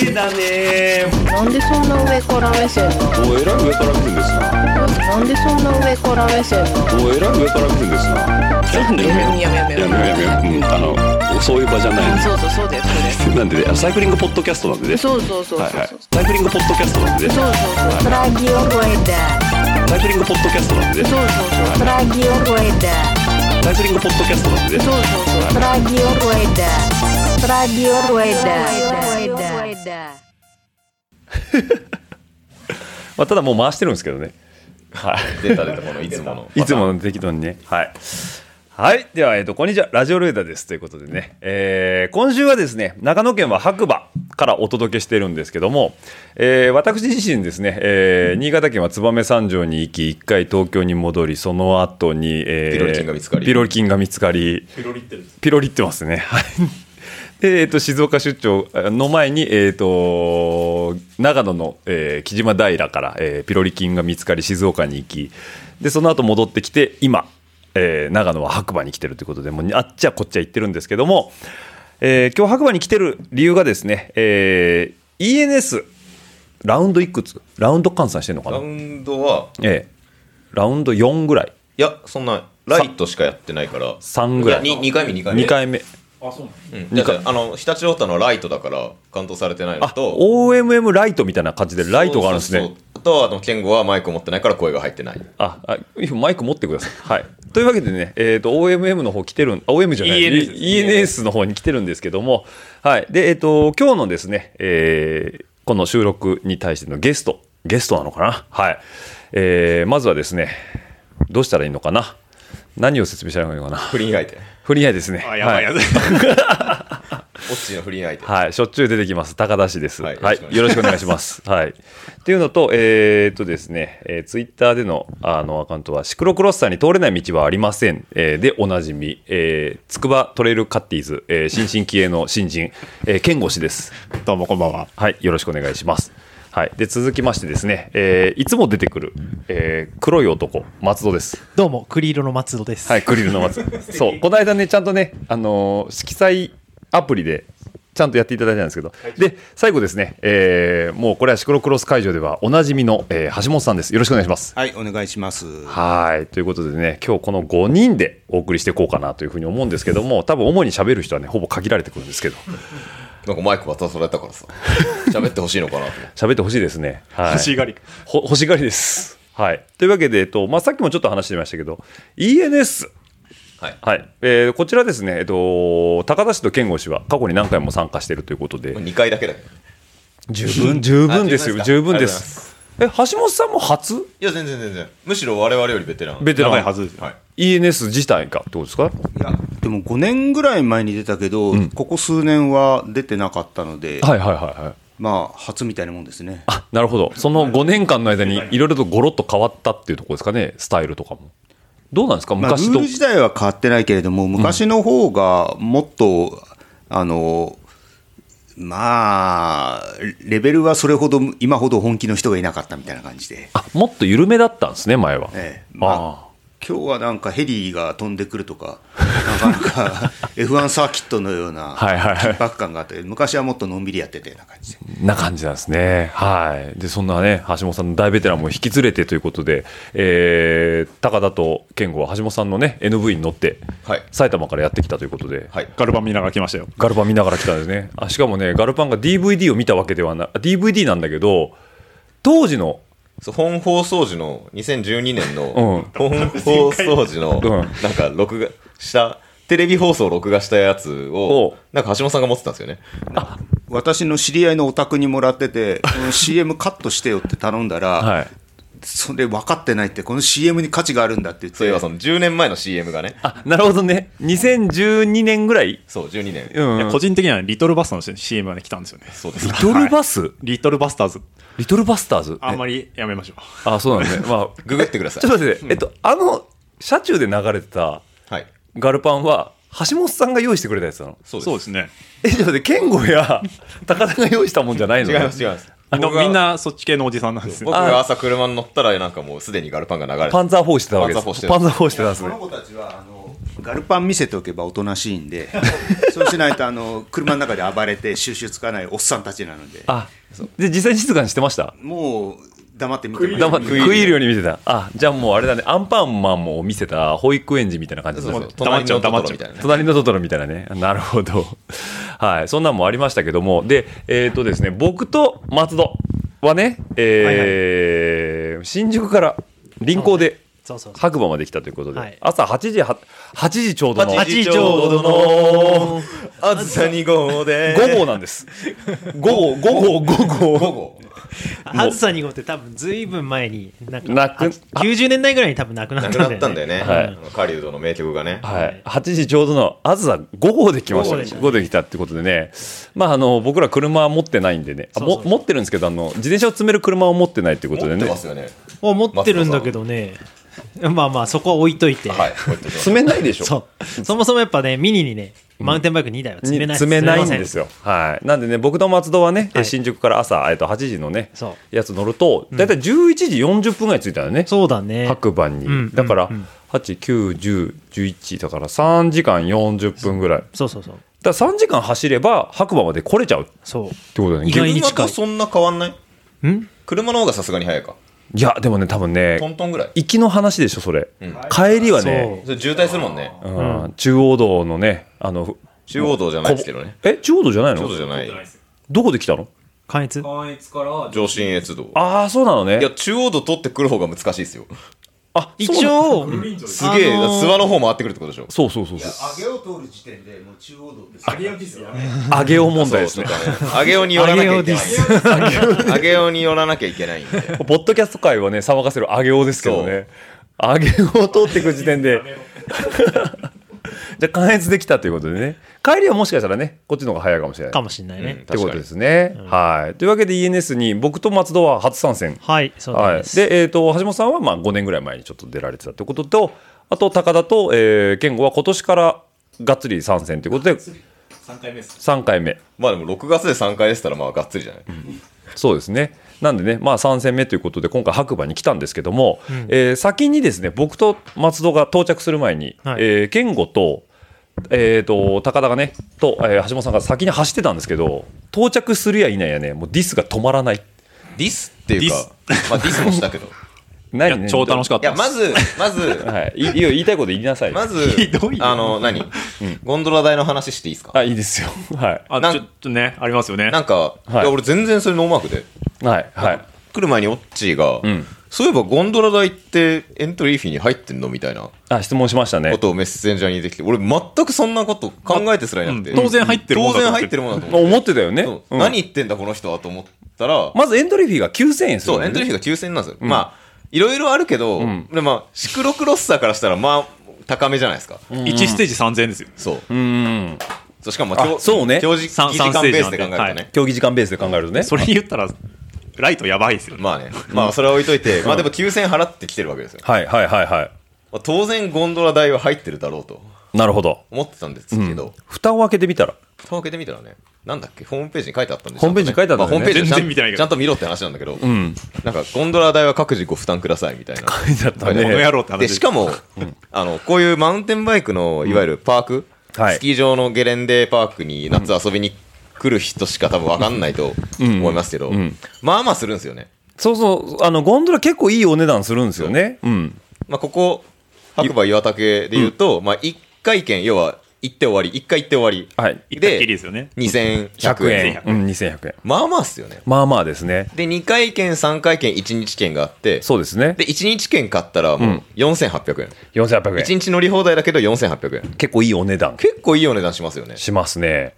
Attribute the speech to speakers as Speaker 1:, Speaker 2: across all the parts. Speaker 1: IPA だね
Speaker 2: なんでそんな上から目線なの
Speaker 1: おえらい上から来るんですな
Speaker 2: なんでそんな上から目線なの
Speaker 1: おえらい上から来るんですなちょっとねやめやめやめやめやめやめうんあのそういう場じゃない
Speaker 2: そうそうそうだよそれ
Speaker 1: なんでねサイクリングポッドキャストなんでね
Speaker 2: そうそうそうそうそう
Speaker 1: はいはいサイクリングポッドキャストなんでね
Speaker 2: そうそうそう
Speaker 3: Radio Rueda.
Speaker 1: サイクリングポッドキャストなんでね
Speaker 2: そうそうそう
Speaker 3: Radio Rueda.
Speaker 1: サイクリングポッドキャストなんでね
Speaker 2: そうそうそう
Speaker 3: Radio Rueda. Radio Rueda. Radio Rueda.
Speaker 1: まあただもう回してるんですけどねはい
Speaker 4: 出た出たこのいつもの
Speaker 1: いつもの適当にね。はい。はい。では、えっ、と、こんにちは。ラジオルエダです。ということでね。えー今週はですね、長野県は白馬からお届けしてるんですけども、えー私自身ですね、えー新潟県は燕三条に行き、一回東京に戻り、その後に、えー
Speaker 4: ピロリ菌が見つかり
Speaker 1: ピロリ菌が見つかり、ピロリってますね。はい。で、えっと、静岡出張の前に、えっと、長野の、えー、木島平から、えーピロリ菌が見つかり静岡に行き、で、その後戻ってきて、今、えー長野は白馬に来てるということで、もうあっちゃこっちゃ行ってるんですけども、えー今日白馬に来てる理由がですね、えー ENS、ラウンドいくつラウンド換算してんのか
Speaker 4: ラ
Speaker 1: な
Speaker 4: ウンドは
Speaker 1: ええラウンド4ぐらい。
Speaker 4: いやそんなライトしかやってないから
Speaker 1: 三ぐらい
Speaker 4: やに2回目2回目
Speaker 1: 2回目。
Speaker 4: うんだってあの常陸太田のライトだから完登されてないの
Speaker 1: あ、
Speaker 4: と
Speaker 1: OMM ライトみたいな感じでライトがあるんですね。
Speaker 4: そうそうそうとあの健吾はマイク持ってないから声が入ってない
Speaker 1: ああ、マイク持ってください。 はい。というわけでね、えっ、と、OMM の方来てるん、あ OM じゃない、
Speaker 4: ENS です
Speaker 1: ENS の方に来てるんですけども、はい。で、えっ、と、今日のですね、えーこの収録に対してのゲスト、ゲストなのかなはい。えーまずはですね、どうしたらいいのかな何を説明したらいいのかな
Speaker 4: 不倫相手
Speaker 1: 不倫愛ですね。はい
Speaker 4: ばいオッチーの不倫相手
Speaker 1: はい、しょっちゅう出てきます。高田氏です。は、
Speaker 4: はいい
Speaker 1: よろしくお願いします。 はい。っていうのと、えーっとですね、えー、ツイッターでのあのアカウントは、シクロクロスさんに通れない道はありません。えーで、おなじみ、えー、つくばトレイルカッティーズ、えー、新進気鋭の新人、えー、健吾氏です。
Speaker 5: どうもこんばんは。
Speaker 1: はい、よろしくお願いします。はい。で、続きましてですね、えーいつも出てくる、えー黒い男、松戸です。
Speaker 5: どうも、栗色の松戸です。
Speaker 1: はい、クリルの松。そう、この間ね、ちゃんとね、あのー色彩アプリで、ちゃんとやっていただいたんですけど、で、最後ですね、えーもうこれはシクロクロス会場ではおなじみの、えー橋本さんです。よろしくお願いします。
Speaker 6: はい、お願いします。は
Speaker 1: はい、ということでね、今日この5人でお送りしていこうかなというふうに思うんですけども、多分主に喋る人はね、ほぼ限られてくるんですけど、
Speaker 4: なんかマイク渡されたからさ 喋ってほしいのかなと思って
Speaker 1: 喋ってほしいですね。はい、
Speaker 5: 欲しがり。
Speaker 1: ほ欲しがりです。はい、というわけで、えっとまあ、さっきもちょっと話してましたけど ENS、
Speaker 4: はい
Speaker 1: えーこちらですね、えっと、高田氏と健吾氏は過去に何回も参加しているということで
Speaker 4: 2回だけだけど
Speaker 1: 十分十分ですよ
Speaker 4: あ
Speaker 1: 十
Speaker 4: 十
Speaker 1: 分
Speaker 4: 分
Speaker 1: で
Speaker 4: ですす
Speaker 1: え橋本さんも初
Speaker 4: いや全然全然むしろ我々よりベテラン
Speaker 1: ベテラン
Speaker 5: 長いはずですよ
Speaker 4: はい
Speaker 1: ENS 自体かってことですか
Speaker 6: いや、でも5年ぐらい前に出たけど、ここ数年は出てなかったので、
Speaker 1: はいはいはいはい
Speaker 6: まあ、初みたいなもんですね。
Speaker 1: あなるほどその5年間の間にいろいろとゴロッと変わったっていうところですかねスタイルとかもどうなんですか
Speaker 6: まあ、ル
Speaker 1: 昔
Speaker 6: ー
Speaker 1: と、
Speaker 6: ル自体は変わってないけれども、昔の方がもっと、あの、まあ、レベルはそれほど、今ほど本気の人がいなかったみたいな感じで。
Speaker 1: あもっと緩めだったんですね前は、
Speaker 6: ええま
Speaker 1: あ
Speaker 6: あ今日はなんかヘリが飛んでくるとか、なかなか F1 サーキットのような
Speaker 1: はいはいはい
Speaker 6: 緊迫感があって、昔はもっとのんびりやってたような感じで。
Speaker 1: な感じなんですね。はい。で、そんなね、橋本さんの大ベテランも引き連れてということで、えー、高田と健吾は橋本さんのね、NV に乗って、
Speaker 4: はい
Speaker 1: 埼玉からやってきたということで、
Speaker 4: はい
Speaker 5: ガルバン見ながら来ましたよ。
Speaker 1: ガルパン見ながら来たんですね。あしかもね、ガルパンが DVD を見たわけではない、あ DVD なんだけど、当時の、
Speaker 4: そう本放送時の2012年の
Speaker 1: う
Speaker 4: 本放送時の
Speaker 1: うん
Speaker 4: なんか録画したテレビ放送を録画したやつ
Speaker 1: お
Speaker 4: をなんか橋本さんが持ってたんですよね
Speaker 6: 私の知り合いのお宅にもらってて、この CM カットしてよって頼んだら、
Speaker 1: はい。
Speaker 6: それ分かってないって、この CM に価値があるんだって言って、
Speaker 4: そういえばその10年前の CM がね
Speaker 1: あ、なるほどね。2012年ぐらい
Speaker 4: そう12年
Speaker 1: うん。
Speaker 5: いや個人的にはリトルバスターズの CM がね、来たんですよね。
Speaker 4: そうです
Speaker 1: リトルバス、
Speaker 5: リトルバスターズ。
Speaker 1: リトルバスターズ
Speaker 5: あんまりやめましょ
Speaker 1: えあ、そうなんですね。 まあ、
Speaker 4: ググってください
Speaker 1: ちょっと待って、えっと、あの、車中で流れてた、
Speaker 4: はい
Speaker 1: ガルパンは橋本さんが用意してくれたやつなの
Speaker 4: そうです。
Speaker 5: そうですね。
Speaker 1: えちょっと待って健吾 や高田が用意したもんじゃないの
Speaker 4: 違います、違います。
Speaker 5: みんな
Speaker 4: 僕が
Speaker 5: みんなそっち系のおじさんなんです
Speaker 4: 僕
Speaker 5: よ。
Speaker 4: が朝車に乗ったら、なんかもうすでにガルパンが流れて
Speaker 1: パンザー4してたわけですパ
Speaker 4: パ
Speaker 1: ンザ
Speaker 4: ン
Speaker 1: ー4してたんです
Speaker 6: この
Speaker 1: ね
Speaker 6: 子たちはあのガルパン見せておけばおとなしいんでそうしないとあの車の中で暴れて収拾つかないおっさんたちなので
Speaker 1: あで実際に静かにしてました
Speaker 6: もう黙って見てます
Speaker 1: 黙って食い入るように見てたあじゃあもうあれだねアンパンマンも見せた保育園児みたいな感じです
Speaker 4: そう
Speaker 1: ね
Speaker 4: そう隣のトトロみたいなね。
Speaker 1: 隣のトトロみたいなね。なるほど。はい。そんなんもありましたけども。で、えっ、とですね、僕と松戸はね、えー新宿から臨港で
Speaker 7: そうそうそう
Speaker 1: 白馬まで来たということで、
Speaker 7: はい
Speaker 1: 朝8時は、8時ちょうどの、
Speaker 4: 8時ちょうどの、あずさ2号で。
Speaker 1: 午後なんです。午後、午後、午 後。
Speaker 4: 午後。
Speaker 7: あずさ2号って多分ずいぶん前になんか
Speaker 1: なく
Speaker 7: あ90年代ぐらいに多分なくなった
Speaker 4: なんくな
Speaker 7: だよね
Speaker 4: ったんだよね。
Speaker 1: はい
Speaker 4: あの狩人の名曲がね。
Speaker 1: はい、8時ちょうどのあずさ5号で来ました
Speaker 7: 午後でした
Speaker 1: 5号で来たってことでね、まあ、あの僕ら車は持ってないんでねあも
Speaker 7: そうそう
Speaker 1: 持ってるんですけどあの自転車を詰める車を持ってないってこと
Speaker 4: 持
Speaker 1: で
Speaker 4: っ
Speaker 1: ね
Speaker 4: てますよね。
Speaker 7: あ持ってるんだけどねまあまあそこは置いといて、
Speaker 4: はい。こうやって
Speaker 1: 詰めないでしょ
Speaker 7: そうそもそもやっぱねミニにねマウンテンバイク2台は詰めない、
Speaker 1: 詰めないんです
Speaker 7: よ
Speaker 1: よ、はい、なんでね僕と松戸はね、え
Speaker 7: はい
Speaker 1: 新宿から朝、えっと、8時のね
Speaker 7: そ
Speaker 1: やつ乗ると
Speaker 7: ん
Speaker 1: 大体11時40分ぐらい着いたのね、
Speaker 7: そうだね
Speaker 1: 白馬に、
Speaker 7: うん
Speaker 1: だから、
Speaker 7: うんうん
Speaker 1: 891011だから3時間40分ぐらい
Speaker 7: そうそうそう
Speaker 1: だから3時間走れば白馬まで来れちゃうって
Speaker 7: そ
Speaker 1: ことだね
Speaker 7: 意外に近い
Speaker 4: 車とそんな変わんないう
Speaker 7: うん
Speaker 4: 車の方がさすがに早いか。
Speaker 1: いやでもね多分ね
Speaker 4: トントンぐらい。
Speaker 1: 行きの話でしょそれ、
Speaker 4: うん
Speaker 1: 帰りはね
Speaker 4: それ渋滞するもんね。
Speaker 1: う、ん、中央道のねあの
Speaker 4: 中央道じゃないですけどね。
Speaker 1: え中央道じゃない
Speaker 4: 中央
Speaker 1: の
Speaker 4: 道じゃない。
Speaker 1: どこで来たの
Speaker 7: 関越
Speaker 4: 上信越道。
Speaker 1: ああそうなのね
Speaker 4: いや、中央道取ってくる方が難しいですよ。
Speaker 1: あ
Speaker 7: 一
Speaker 1: そうなの
Speaker 7: 応
Speaker 4: すげえ、
Speaker 7: あのー
Speaker 4: 諏訪の方回ってくるってことでしょ。
Speaker 1: そうそうそうそう
Speaker 6: 上げを通る時点でもう中央道です上げですよね
Speaker 1: 上げお問題ですね
Speaker 4: そう。ちょっとね上げように寄らなきゃいけない。上げように寄らなきゃいけないんで。
Speaker 1: ポッドキャスト界はね騒がせる上げおですけどね上げおを通っていく時点で じゃあ関越できたということでね帰りはもしかしたらねこっちの方が早いかもしれない
Speaker 7: かもしれないね、
Speaker 1: ってことですね、はいというわけで ENS に僕と松戸は初参戦
Speaker 7: はいそうなん
Speaker 1: はい
Speaker 7: で、す、
Speaker 1: で、えー、と橋本さんはまあ5年ぐらい前にちょっと出られてたということとあと高田と、えー、健吾は今年からがっつり参戦ということで3回目
Speaker 4: まあでも6月で3回ですたら、まあがっつりじゃない。
Speaker 1: そうですねなんでね、まあ、3戦目ということで今回白馬に来たんですけども、えー先にですね僕と松戸が到着する前に、
Speaker 7: はい
Speaker 1: えー健吾と,、えー、と高田がねと、えー橋本さんが先に走ってたんですけど到着するやいないやねもうディスが止まらない。
Speaker 4: ディスっていうか、まあディスもしたけど。い
Speaker 1: ない
Speaker 5: や超楽しかった
Speaker 4: や、
Speaker 5: です。
Speaker 4: まず、まず、
Speaker 1: はい、いいよ言いたいこと言いなさい。
Speaker 4: まず、あの、何ゴンドラ代の話していいですか
Speaker 1: あいいですよ。 はい
Speaker 5: あ、
Speaker 4: なん
Speaker 5: ちょっとね、ありますよね。
Speaker 4: なんか、い
Speaker 1: はい
Speaker 4: や、俺全然それノーマークで。
Speaker 1: はいはい。
Speaker 4: 来る前にオッチーが
Speaker 1: ん、
Speaker 4: そういえばゴンドラ代ってエントリーフィーに入ってんのみたいな
Speaker 1: あ質問しましたね
Speaker 4: こ。とをメッセンジャーに言ってきて、俺全くそんなこと考えてすらいなくて。
Speaker 5: うん当然入ってるもんだ
Speaker 4: 当
Speaker 5: と
Speaker 4: 然
Speaker 5: 思って
Speaker 4: 入ってるもんだと思って
Speaker 1: 思ってたよね。
Speaker 4: そう
Speaker 1: うん
Speaker 4: 何言ってんだこの人はと思ったら、
Speaker 1: まずエントリーフィーが9000円する
Speaker 4: そ
Speaker 1: の
Speaker 4: う、
Speaker 1: ね、
Speaker 4: エントリーフィーが抽選なんですよ。まあ、いろいろあるけど、でまあ、シクロクロスさからしたら、まあ、高めじゃないですか。
Speaker 5: 1ステージ3000円ですよ。
Speaker 4: そ
Speaker 1: う
Speaker 4: う。
Speaker 1: ん
Speaker 4: そうしかも、
Speaker 1: あ
Speaker 4: まあ、
Speaker 1: そうね
Speaker 4: 教時
Speaker 5: 三
Speaker 4: 時間
Speaker 5: 三ステー
Speaker 4: ベ
Speaker 5: ジ
Speaker 4: ー
Speaker 5: な
Speaker 4: ス
Speaker 5: ん
Speaker 4: で
Speaker 5: で
Speaker 4: 考えるとね。
Speaker 1: 競技時間ベースで考えるとね。
Speaker 5: それ言ったら、ライトやばいですよね。
Speaker 4: まあね、まあ、それは置いといて、まあでも9000払ってきてるわけですよ。
Speaker 1: はいはいはいは
Speaker 4: まあ当然、ゴンドラ代は入ってるだろうと
Speaker 1: い。なるほど。
Speaker 4: 思ってたんですけど、
Speaker 1: 蓋を開けてみたら。
Speaker 4: 蓋を開けてみたらね、なんだっけ、ホームページに書いてあったんです
Speaker 1: ホームページに書いてあったんだよね
Speaker 4: ホームページちゃん
Speaker 5: 全然見てないけど
Speaker 4: ちゃんと見ろって話なんだけど、
Speaker 1: ん
Speaker 4: なんか、ゴンドラ代は各自ご負担くださいみたいな。
Speaker 1: 書いてあった
Speaker 5: この
Speaker 1: ね。
Speaker 5: 野郎って話
Speaker 4: でしかも、あのこういうマウンテンバイクのいわゆるパーク、
Speaker 1: はい
Speaker 4: スキー場のゲレンデパークに夏遊びに来る人しか多分分かんないと思いますけど、まあまあするんですよね、
Speaker 1: そうそう、あの、ゴンドラ結構いいお値段するんですよね。うん。
Speaker 4: まあ、ここ白馬岩竹でいうと、まあ、1回券要は行って終わり1回行って終わり、
Speaker 1: はい。
Speaker 5: 行ったっきりですよね。
Speaker 4: 2100
Speaker 1: 100
Speaker 4: 円
Speaker 1: 円。うん、2100円。
Speaker 4: まあまあっすよね
Speaker 1: まあまあですね。
Speaker 4: で2回券3回券1日券があって
Speaker 1: そうですね
Speaker 4: で。1日券買ったらもう4800円、
Speaker 1: 4800
Speaker 4: 1
Speaker 1: 円。
Speaker 4: 日乗り放題だけど4800円
Speaker 1: 結構いいお値段
Speaker 4: 結構いいお値段しますよね
Speaker 1: しますね。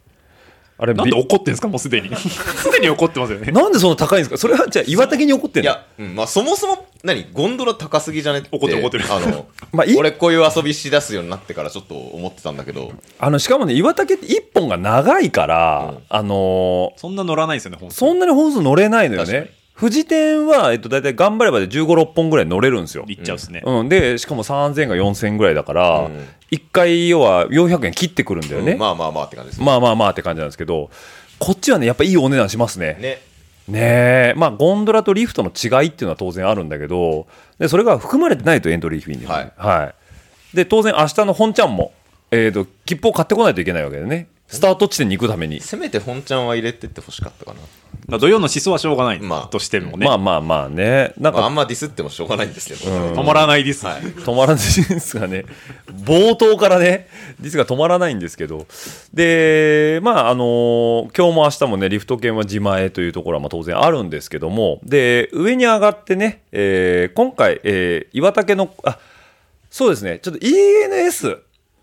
Speaker 1: あれ、
Speaker 5: なん
Speaker 1: び
Speaker 5: で怒ってんですか、もうす でに。すでに怒ってますよね。
Speaker 1: なんでそんな高いんですかそれはじゃあ岩竹に怒ってん
Speaker 4: い
Speaker 1: の
Speaker 4: や、うんまあ、そもそも、何、ゴンドラ高すぎじゃねって
Speaker 5: 怒ってる怒ってる
Speaker 4: あの、
Speaker 1: まあいい
Speaker 4: 俺こういう遊びしだすようになってからちょっと思ってたんだけど、
Speaker 1: あの、しかもね、岩竹って一本が長いから、あのー
Speaker 5: そんな乗らないですよね、本当
Speaker 1: そんなに本数乗れないのよ
Speaker 4: 確
Speaker 1: ね。富士店は、えっと、大体頑張ればで15、6本ぐらい乗れるんですよ。
Speaker 5: 行っちゃうっすね。
Speaker 1: うん、で、しかも3000が4000ぐらいだから、
Speaker 4: うん
Speaker 1: 一回、要は400円切ってくるんだよね。
Speaker 4: うんまあまあまあって感じですね。
Speaker 1: まあまあまあって感じなんですけど、こっちはね、やっぱいいお値段しますね。ね
Speaker 4: ね。
Speaker 1: え。まあ、ゴンドラとリフトの違いっていうのは当然あるんだけど、でそれが含まれてないとエントリーフィーに、
Speaker 4: はい
Speaker 1: いで、当然明日の本ちゃんも、えっ、と、切符を買ってこないといけないわけだよね。スタート地点に行くために。
Speaker 4: せめて本ちゃんは入れてってほしかったかな。
Speaker 5: まあ土曜の思想はしょうがない
Speaker 4: まあ
Speaker 5: としてもね。
Speaker 1: まあまあまあね。なん
Speaker 4: まあ、あ
Speaker 1: か
Speaker 4: んまディスってもしょうがないんですけど。
Speaker 5: 止まらないです。
Speaker 4: はい。
Speaker 1: 止まらないんですがね、冒頭からね、実が止まらないんですけど、で、まあ、あの今日も明日もね、リフト券は自前というところはまあ当然あるんですけども、で、上に上がってね、えー今回、えー岩竹の、あ、そうですね、ちょっと ENS、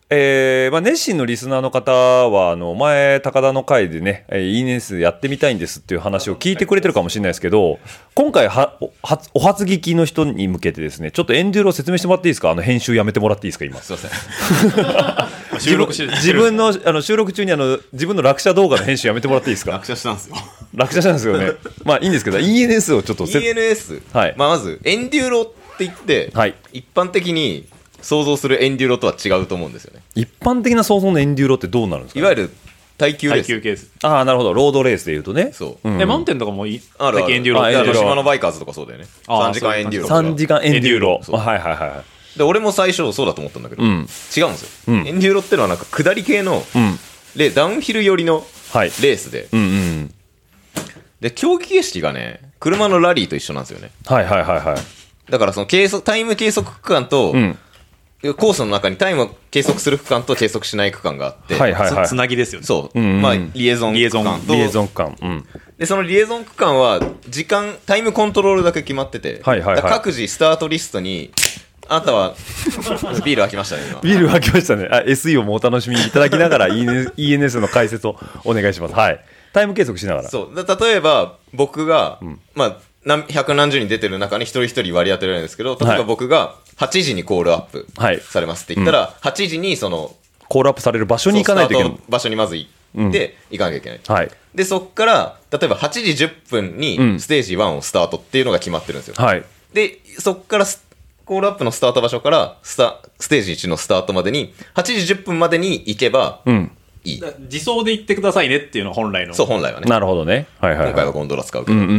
Speaker 1: えーまあ、熱心のリスナーの方は、あの前、高田の会でね、えー ENS やってみたいんですっていう話を聞いてくれてるかもしれないですけど、今回はお初、お初聞きの人に向けてですね、ちょっとエンデューロを説明してもらっていいですか、あの編集やめてもらっていいですか、今。
Speaker 4: すいません。
Speaker 5: 収録してる
Speaker 1: 自分のあの収録中にあの自分の落車動画の編集やめてもらっていいですか
Speaker 4: 落車したんですよ。
Speaker 1: 落車したんですよねまあいいんですけど ENS をちょっとせ
Speaker 4: ENS、
Speaker 1: はい
Speaker 4: まあ、まずエンデューロって言って、
Speaker 1: はい
Speaker 4: 一般的に想像するエンデューロとは違うと思うんですよね。
Speaker 1: 一般的な想像のエンデューロってどうなるんですか
Speaker 4: いわゆる耐久レー
Speaker 5: 耐
Speaker 4: ス。
Speaker 5: 久ケース。
Speaker 1: ああなるほどロードレースでいうとね
Speaker 4: そう。
Speaker 1: ん
Speaker 5: え、マウンテンとかもい
Speaker 4: あるある。
Speaker 5: 最近エンデューロ
Speaker 1: あ
Speaker 4: あ
Speaker 1: エンデューロ
Speaker 4: の島のバイカーズとかそうだよね。
Speaker 5: あー
Speaker 4: 3時間エンデューロとか。
Speaker 1: 3時間エンデューロ
Speaker 4: エンデューロそう
Speaker 1: はいはいはいはい
Speaker 4: で、俺も最初そうだと思ったんだけど、
Speaker 1: うん
Speaker 4: 違うんですよ、
Speaker 1: うん
Speaker 4: エンデューロってのはなんか下り系の、
Speaker 1: うん
Speaker 4: でダウンヒル寄りの
Speaker 1: はい
Speaker 4: レースで、
Speaker 1: うんうん
Speaker 4: で、競技形式がね、車のラリーと一緒なんですよね。
Speaker 1: はいはいはいはい
Speaker 4: だからその計測、タイム計測区間と、
Speaker 1: うん
Speaker 4: コースの中にタイムを計測する区間と計測しない区間があって、
Speaker 1: はいはいは
Speaker 5: つ
Speaker 1: い
Speaker 5: つなぎですよね。
Speaker 4: そう、
Speaker 1: うんうん
Speaker 4: まあ、リエゾン
Speaker 5: リエ
Speaker 4: 区
Speaker 5: ゾン
Speaker 4: 間と
Speaker 1: リエゾン間うん
Speaker 4: で、そのリエゾン区間は、時間、タイムコントロールだけ決まってて、
Speaker 1: はいはいはい
Speaker 4: だから各自スタートリストに、あなたは、ビール開きましたね、今。
Speaker 1: ビールは来ましたねあ SE をもお楽しみいただきなが ら ENS ENS の解説をお願いしますはいタイム計測しながら
Speaker 4: そう。だ例えば、僕が、まあ、何百何十人出てる中に一人一人割り当てられるんですけど、例え
Speaker 1: はい
Speaker 4: ば僕が8時にコールアップ
Speaker 1: はい
Speaker 4: されますって言ったら、8時にその、
Speaker 1: コールアップされる場所に行かないといけな
Speaker 4: そ
Speaker 1: い
Speaker 4: うスタート場所にまず行って、行かなきゃいけない。
Speaker 1: はい
Speaker 4: で、そっから、例えば8時10分
Speaker 1: うん
Speaker 4: にステージ1をスタートっていうのが決まってるんですよ。
Speaker 1: はい
Speaker 4: で、そっからスコールアップのスタート場所からスタ、ステージ1のスタートまでに、8時10分までに行けば
Speaker 1: うん
Speaker 4: いい。
Speaker 5: 自走で行ってくださいねっていうのが本来の。
Speaker 4: そう、本来はね。
Speaker 1: なるほどねはいはい
Speaker 4: 今
Speaker 1: は
Speaker 4: 回
Speaker 1: い
Speaker 4: はゴンドラ使うけど。
Speaker 1: うんうんう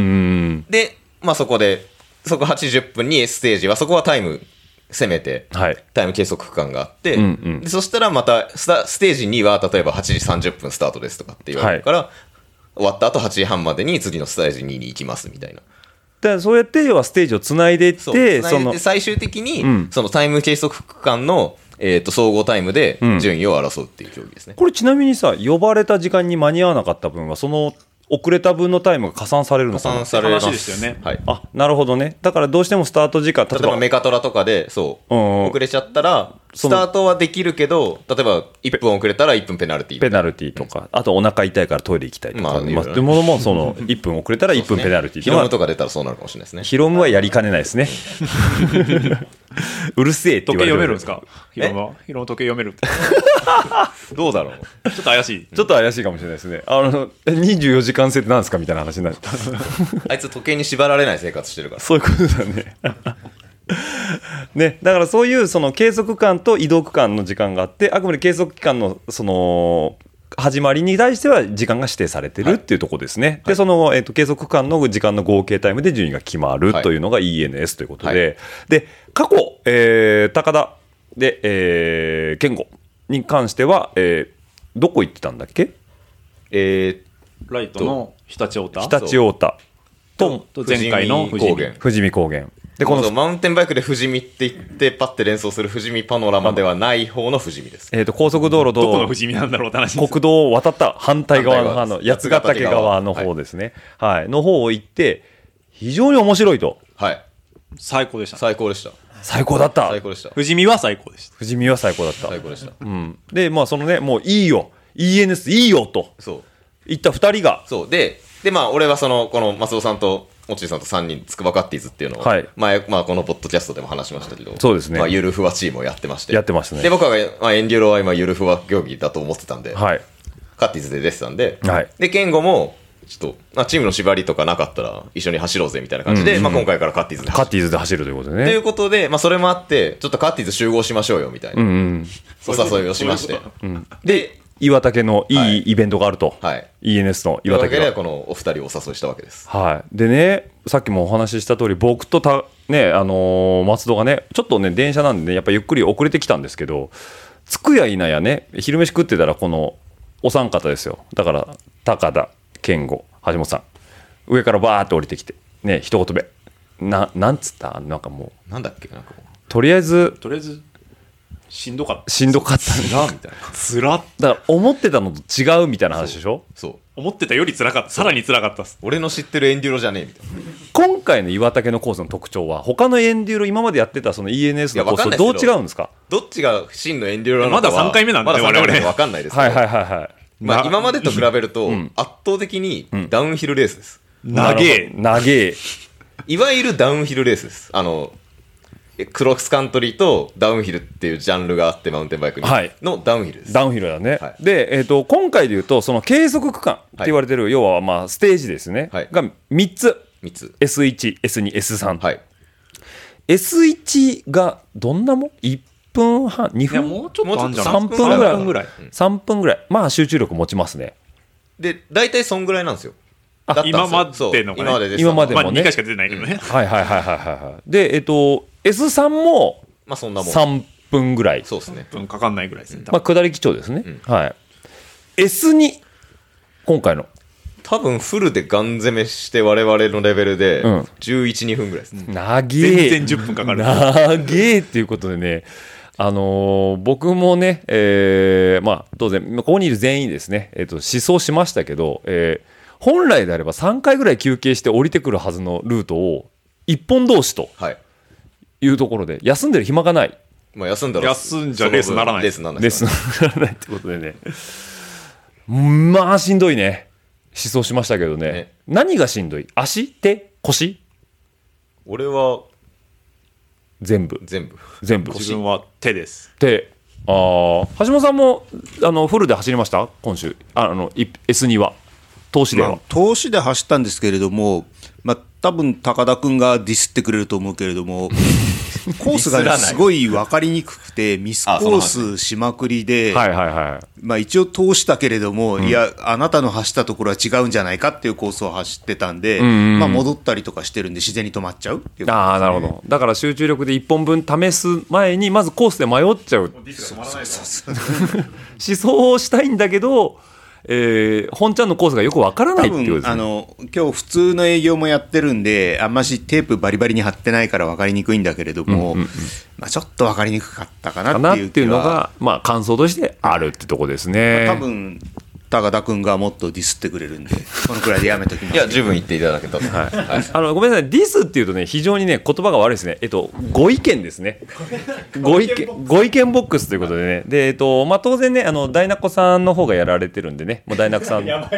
Speaker 1: ん
Speaker 4: で、まあそこで、そこ8時10分にステージは、そこはタイム攻めて、
Speaker 1: はい
Speaker 4: タイム計測区間があって、
Speaker 1: うんうん
Speaker 4: でそしたらまたスタ、ステージ2は、例えば8時30分スタートですとかって言われるから、終わった後8時半までに次のステージ2に行きますみたいな。
Speaker 1: でそうやって要はステージをつないでいっ
Speaker 4: そう。
Speaker 1: て
Speaker 4: 繋い
Speaker 1: そ
Speaker 4: で
Speaker 1: の
Speaker 4: 最終的に、
Speaker 1: うん
Speaker 4: そのタイム計測区間の、えー、と総合タイムで
Speaker 1: うん
Speaker 4: 順位を争うっていう競技ですね。
Speaker 1: これちなみにさ呼ばれた時間に間に合わなかった分はその遅れた分のタイムが加算されるの
Speaker 4: 加
Speaker 1: かな
Speaker 4: 算されます
Speaker 5: 話ですよね
Speaker 4: はい。
Speaker 1: あなるほどねだからどうしてもスタート時間例
Speaker 4: 例
Speaker 1: え
Speaker 4: え
Speaker 1: ば
Speaker 4: ばメカトラとかで、そう、
Speaker 1: うんうん
Speaker 4: 遅れちゃったら、
Speaker 1: その
Speaker 4: スタートはできるけど、例えば1分遅れたら1分ペナルティー
Speaker 1: ペナルティとか、あとお腹痛いからトイレ行きたいと
Speaker 4: ま
Speaker 1: か、
Speaker 4: あ
Speaker 1: まあ、
Speaker 4: いろいろね
Speaker 1: でものもその1分遅れたら1分ペナルティ
Speaker 4: ヒ
Speaker 1: と
Speaker 4: ロ
Speaker 1: か、
Speaker 4: ムとか出たらそうなるかもしれないですね。
Speaker 1: ヒロムはやりかねない ですねうるせえって言
Speaker 5: 時
Speaker 1: われて
Speaker 5: 計読め
Speaker 1: る
Speaker 5: るんですかヒロムは。ヒロム時計読める。
Speaker 4: どうだろう
Speaker 5: ちょっと怪しい。
Speaker 1: ちょっと怪しいかもしれないですねあの24時間制ってなんですかみたいな話になる
Speaker 4: あいつ時計に縛られない生活してるから。
Speaker 1: そういうことだね。 ね、だからそういうその計測間と移動区間の時間があってあくまで計測期間のその始まりに対しては時間が指定されてるっていうところですね、でその、えっと計測区間の時間の合計タイムで順位が決まる
Speaker 4: はい
Speaker 1: というのが ENS ということで、
Speaker 4: はい
Speaker 1: で過去、えー高田で、えー、健吾に関しては、えーどこ行ってたんだっけ
Speaker 4: え
Speaker 5: ライトの日立太
Speaker 1: 常
Speaker 5: 田。
Speaker 1: 陸太田と
Speaker 5: と前回の
Speaker 4: 富士見高原。
Speaker 1: 富士見高原で
Speaker 4: で、
Speaker 1: こ
Speaker 4: こ
Speaker 1: の
Speaker 4: のマウンテンバイクで富士見って言って、パッて連想する富士見パノラマではない方の富士見です。
Speaker 1: えー、と高速道路と
Speaker 5: どこの不死身なんだろうって話です。
Speaker 1: 国道を渡った反対側の
Speaker 4: 反対側
Speaker 1: あの
Speaker 4: です
Speaker 1: 八ヶ岳側の方ですね、はいの方を行って非常に面白いと
Speaker 4: はい。
Speaker 5: 最高でした。
Speaker 4: 最高でした。
Speaker 1: 最高だった
Speaker 4: 最高でした。
Speaker 5: 不死身は最高でした。
Speaker 1: 富士見は最高だった、
Speaker 4: 最高でした。
Speaker 1: うん、でまあそのねもういいよ ENS いいよと
Speaker 4: そう。
Speaker 1: 言った2人が
Speaker 4: そう。で、で、まあ、俺はその、この松尾さんと、もっちーさんと3人、つくばカッティーズっていうのを、
Speaker 1: はい
Speaker 4: 前、まあ、このポッドキャストでも話しましたけど、
Speaker 1: そうですね
Speaker 4: まあ、ゆるふわチームをやってまして。
Speaker 1: やってましたね
Speaker 4: で、僕は、まあ、エンデューロは今、ゆるふわ競技だと思ってたんで、
Speaker 1: はい
Speaker 4: カッティーズで出てたんで、
Speaker 1: はい
Speaker 4: で、ケンゴも、ちょっと、あチームの縛りとかなかったら一緒に走ろうぜみたいな感じで、まあ、今回からカッティーズで
Speaker 1: カッ
Speaker 4: 走
Speaker 1: テ
Speaker 4: る。
Speaker 1: ィーズで走るということで
Speaker 4: という
Speaker 1: ね。
Speaker 4: ことで、まあ、それもあって、ちょっとカッティーズ集合しましょうよみたいな、
Speaker 1: うんうん。
Speaker 4: お誘いをしまして。
Speaker 1: で、岩竹のい
Speaker 4: は
Speaker 1: い
Speaker 4: い
Speaker 1: イベントがあると。
Speaker 4: はい。
Speaker 1: ENS の
Speaker 4: という
Speaker 1: 岩
Speaker 4: わ
Speaker 1: 竹
Speaker 4: けで、
Speaker 1: が。
Speaker 4: このお二人をお誘いしたわけです。
Speaker 1: はい。でね、さっきもお話しした通り、僕とた、ね、あのー松戸がね、ちょっとね、電車なんでね、やっぱゆっくり遅れてきたんですけど、着くやいなやね、昼飯食ってたら、この、お三方ですよ。だから、高田、健吾、橋本さん。上からバーって降りてきて、ね、一言目。な、なんつったなんかもう、
Speaker 4: なんだっけ、なんかこう
Speaker 1: とりあえず、
Speaker 5: とりあえず、しんどかった。
Speaker 1: しんどかったんだ。
Speaker 4: なあみたいな。
Speaker 5: つらっ
Speaker 1: だから思ってたのと違うみたいな話でしょ
Speaker 4: そう。
Speaker 5: 思ってたより辛かった。さらに辛かったっす。
Speaker 4: 俺の知ってるエンデュロじゃねえみたいな。
Speaker 1: 今回の岩竹のコースの特徴は他のエンデューロ今までやってたその ENS のコースとど
Speaker 4: いやわ
Speaker 1: う
Speaker 4: かんないです
Speaker 1: 違
Speaker 4: けど
Speaker 1: うんですか
Speaker 4: どっちが真のエンデュロなのかは
Speaker 5: まだ三回目なんで
Speaker 4: まだ三回目
Speaker 5: 我々
Speaker 4: わかんないですけど。
Speaker 1: はいはいはいはい
Speaker 4: まあ、
Speaker 5: な
Speaker 4: 今までと比べると、圧倒的にダウンヒルレースです。
Speaker 5: 長え。
Speaker 1: 長え
Speaker 4: いわゆるダウンヒルレースです。あの、えクロスカントリーとダウンヒルっていうジャンルがあって、マウンテンバイクに、
Speaker 1: はい
Speaker 4: のダウンヒルです。
Speaker 1: ダウンヒルだね、
Speaker 4: はい
Speaker 1: で、えー、と今回でいうとその計測区間って言われてる、要はまあステージですね、
Speaker 4: はい
Speaker 1: が3つ
Speaker 4: 3つ。
Speaker 1: S1S2S3、
Speaker 4: はい。
Speaker 1: S1 がどんなもん1分半2
Speaker 5: いや、
Speaker 1: 分
Speaker 5: もうちょっとあんじゃない
Speaker 1: 3分ぐらい
Speaker 5: 3分ぐらい。
Speaker 1: 3分ぐらいまあ集中力持ちますね
Speaker 4: で、大体そんぐらいなんですよ。だったんですよ
Speaker 5: 今までの
Speaker 4: そう今ま
Speaker 5: がね
Speaker 4: でです。
Speaker 1: 今まで
Speaker 5: ま
Speaker 1: も
Speaker 5: あ、
Speaker 1: ね
Speaker 5: 2回しか出てないけどね。
Speaker 1: はいはいはいはいはいはいでえっ、と S3 も
Speaker 4: まあ、そんなもん。
Speaker 1: 3分ぐらい
Speaker 4: そうですね。
Speaker 5: 分かかんないぐらいですね。多分
Speaker 1: まあ、下り基調ですね、はい S2 今回の
Speaker 4: 多分フルでガン攻めして我々のレベルで、
Speaker 1: うん
Speaker 4: 11、2分ぐらいですね。
Speaker 1: 長え
Speaker 5: 全然10分かかる。
Speaker 1: 長えっていうことでねあのー僕もね、えーまあ当然まあここにいる全員ですね、えっと思想しましたけど、えー本来であれば3回ぐらい休憩して降りてくるはずのルートを一本同士と
Speaker 4: はい。
Speaker 1: いうところで休んでる暇がない
Speaker 4: まあ、休んだら、
Speaker 5: 休んじゃレースならない
Speaker 4: レースならない
Speaker 1: です
Speaker 4: から。
Speaker 1: ならないってことでねまあしんどいね思想しましたけどね
Speaker 4: ね
Speaker 1: 何がしんどい足手腰
Speaker 4: 俺は
Speaker 1: 全部
Speaker 4: 全部。
Speaker 1: 全部
Speaker 5: 自分は手です。
Speaker 1: であー橋本さんもあのフルで走りました今週ああのい S2 は投資では、
Speaker 6: まあ投資で走ったんですけれども、まあ多分高田君がディスってくれると思うけれども、コースが
Speaker 4: ディスらな
Speaker 6: ね
Speaker 4: い
Speaker 6: すごい分かりにくくて、ミスコ
Speaker 4: あその
Speaker 6: ー
Speaker 4: 話
Speaker 6: スしまくりで、
Speaker 1: はいはいはい
Speaker 6: まあ、一応通したけれども、いや、あなたの走ったところは違うんじゃないかっていうコースを走ってたんで、まあ、戻ったりとかしてるんで、自然に止まっちゃうっていう
Speaker 1: ああなるほどだから集中力で1本分試す前にまずコースで迷っちゃう思想をしたいんだけど、えー本ちゃんのコースがよくわからない
Speaker 6: 多
Speaker 1: っていうこと
Speaker 6: 分
Speaker 1: です
Speaker 6: あ
Speaker 1: ね
Speaker 6: の今日普通の営業もやってるんで、あんましテープバリバリに貼ってないから分かりにくいんだけれども、まあ、ちょっと分かりにくかったかな
Speaker 1: かなっ
Speaker 6: っていう
Speaker 1: て
Speaker 6: 気
Speaker 1: いうの
Speaker 6: は、
Speaker 1: が、まあ、感想としてあるってとこですね。
Speaker 6: 多分高田君がもっとディスってくれるんで、このくらいでやめときます。
Speaker 4: いや、十分言っていただけたと。はい
Speaker 1: あのごめんなさい、ディスっていうとね、非常にね、言葉が悪いですね、えっと、ご意見ですね、ご意見ご意見ボックスということでね、でえっとまあ、当然ね、あのダイナコさんの方がやられてるんでね、もうダイナコ さん、ダ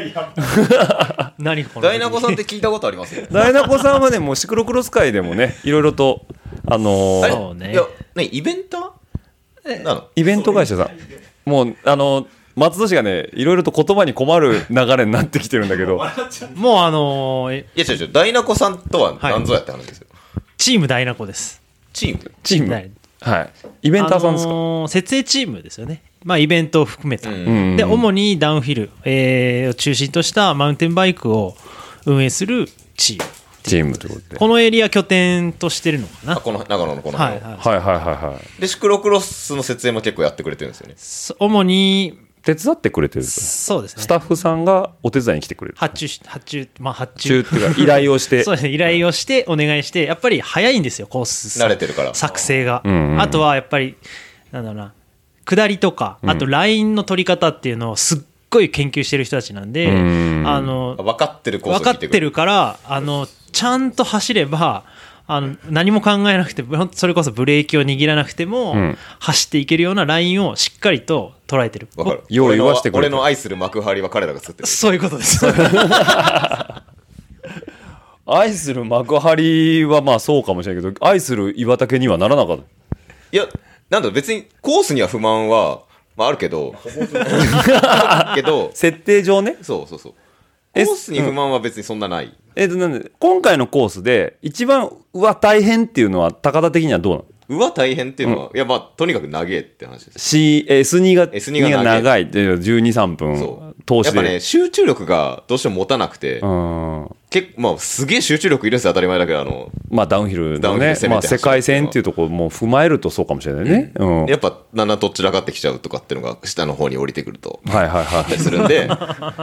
Speaker 7: 何この
Speaker 4: ダイナゴさんって聞いたことありますよね。
Speaker 1: イナコさんはね、もうシクロクロス界でもね、いろいろと、あの
Speaker 4: あれ
Speaker 1: ー
Speaker 7: そうね
Speaker 4: いや、ね、イベンターなの
Speaker 1: イベント会社さん、もう、あの松戸市がね、いろいろと言葉に困る流れになってきてるんだ けど、
Speaker 7: もうあのー
Speaker 4: いや、違う違う、ダイナコさんとは何ぞやって話ですよ。
Speaker 7: チーム大ナコです。
Speaker 4: チーム
Speaker 1: チー
Speaker 7: はい
Speaker 1: ム、はい、イベンターさんです
Speaker 7: あ
Speaker 1: か、
Speaker 7: のー設営チームですよね。まあ、イベントを含めた。
Speaker 1: ん
Speaker 7: で、主にダウンヒル、えーを中心としたマウンテンバイクを運営するチーム。
Speaker 1: チームということで。
Speaker 7: このエリア拠点としてるのかな。
Speaker 4: あ、この、長野のこの
Speaker 7: は
Speaker 4: 辺
Speaker 7: い
Speaker 4: を。
Speaker 7: はい。
Speaker 1: はいはいはいはい
Speaker 4: で、シクロクロスの設営も結構やってくれてるんですよね。
Speaker 7: そ主に、
Speaker 1: 手伝ってくれてると
Speaker 7: そうですね。
Speaker 1: スタッフさんがお手伝いに来てくれる。
Speaker 7: 発注し、発注、まあ発
Speaker 1: 中
Speaker 7: 注。
Speaker 1: っていうか依頼をして
Speaker 7: そう。ですね、依頼をして、お願いして、やっぱり早いんですよ、コース。
Speaker 4: 慣れてるから。
Speaker 7: 作成が、
Speaker 1: んうん
Speaker 7: あとはやっぱりなんだろうな下りとかあとラインの取り方っていうのをすっごい研究してる人たちなんで、
Speaker 1: ん
Speaker 7: あ
Speaker 4: あ
Speaker 7: の
Speaker 4: 分かってるコース
Speaker 7: 分
Speaker 4: を
Speaker 7: か
Speaker 4: 聞
Speaker 7: っ
Speaker 4: いて
Speaker 7: て
Speaker 4: くれ
Speaker 7: るからあのちゃんと走ればあの何も考えなくてほんとそれこそブレーキを握らなくても、
Speaker 1: ん
Speaker 7: 走っていけるようなラインをしっかりと捉えてる
Speaker 4: わかる。
Speaker 1: 用意はしてくれて
Speaker 4: 俺
Speaker 1: る
Speaker 4: の俺の愛する幕張は彼らが作ってる。
Speaker 7: そういうことです
Speaker 1: 愛する幕張はまあそうかもしれないけど、愛する岩竹にはならなかった。
Speaker 4: いや、なんだろう、別にコースには不満 は、まああるけど、けど、
Speaker 1: 設定上ね。
Speaker 4: そうそうそう。コースに不満は別にそんなない。
Speaker 1: えっと、なんで、今回のコースで、一番、うわ、大変っていうのは、高田的にはどうなの
Speaker 4: うわ、大変っていうのは、いや、まあ、とにかく長えって話です。
Speaker 1: し、えー、スニーが、
Speaker 4: スニーが長い
Speaker 1: 長い。で、12、3
Speaker 4: そ
Speaker 1: 分、
Speaker 4: う。
Speaker 1: 通
Speaker 4: や
Speaker 1: し。
Speaker 4: ってぱね、集中力がどうしても持たなくて
Speaker 1: う、ん。
Speaker 4: 結構、まあ、すげえ集中力いるんですよ、当たり前だけど、あの、
Speaker 1: まあ、ダウンヒル
Speaker 4: ダ
Speaker 1: の
Speaker 4: ウンヒル
Speaker 1: ね
Speaker 4: 攻めて、
Speaker 1: まあ、
Speaker 4: 走る
Speaker 1: 世界戦っていうところも踏まえるとそうかもしれないね。うん。
Speaker 4: やっぱ、だんだんとっちらかってきちゃうとかっていうのが、下の方に降りてくると、
Speaker 1: はいはいは
Speaker 4: するん で、
Speaker 1: い。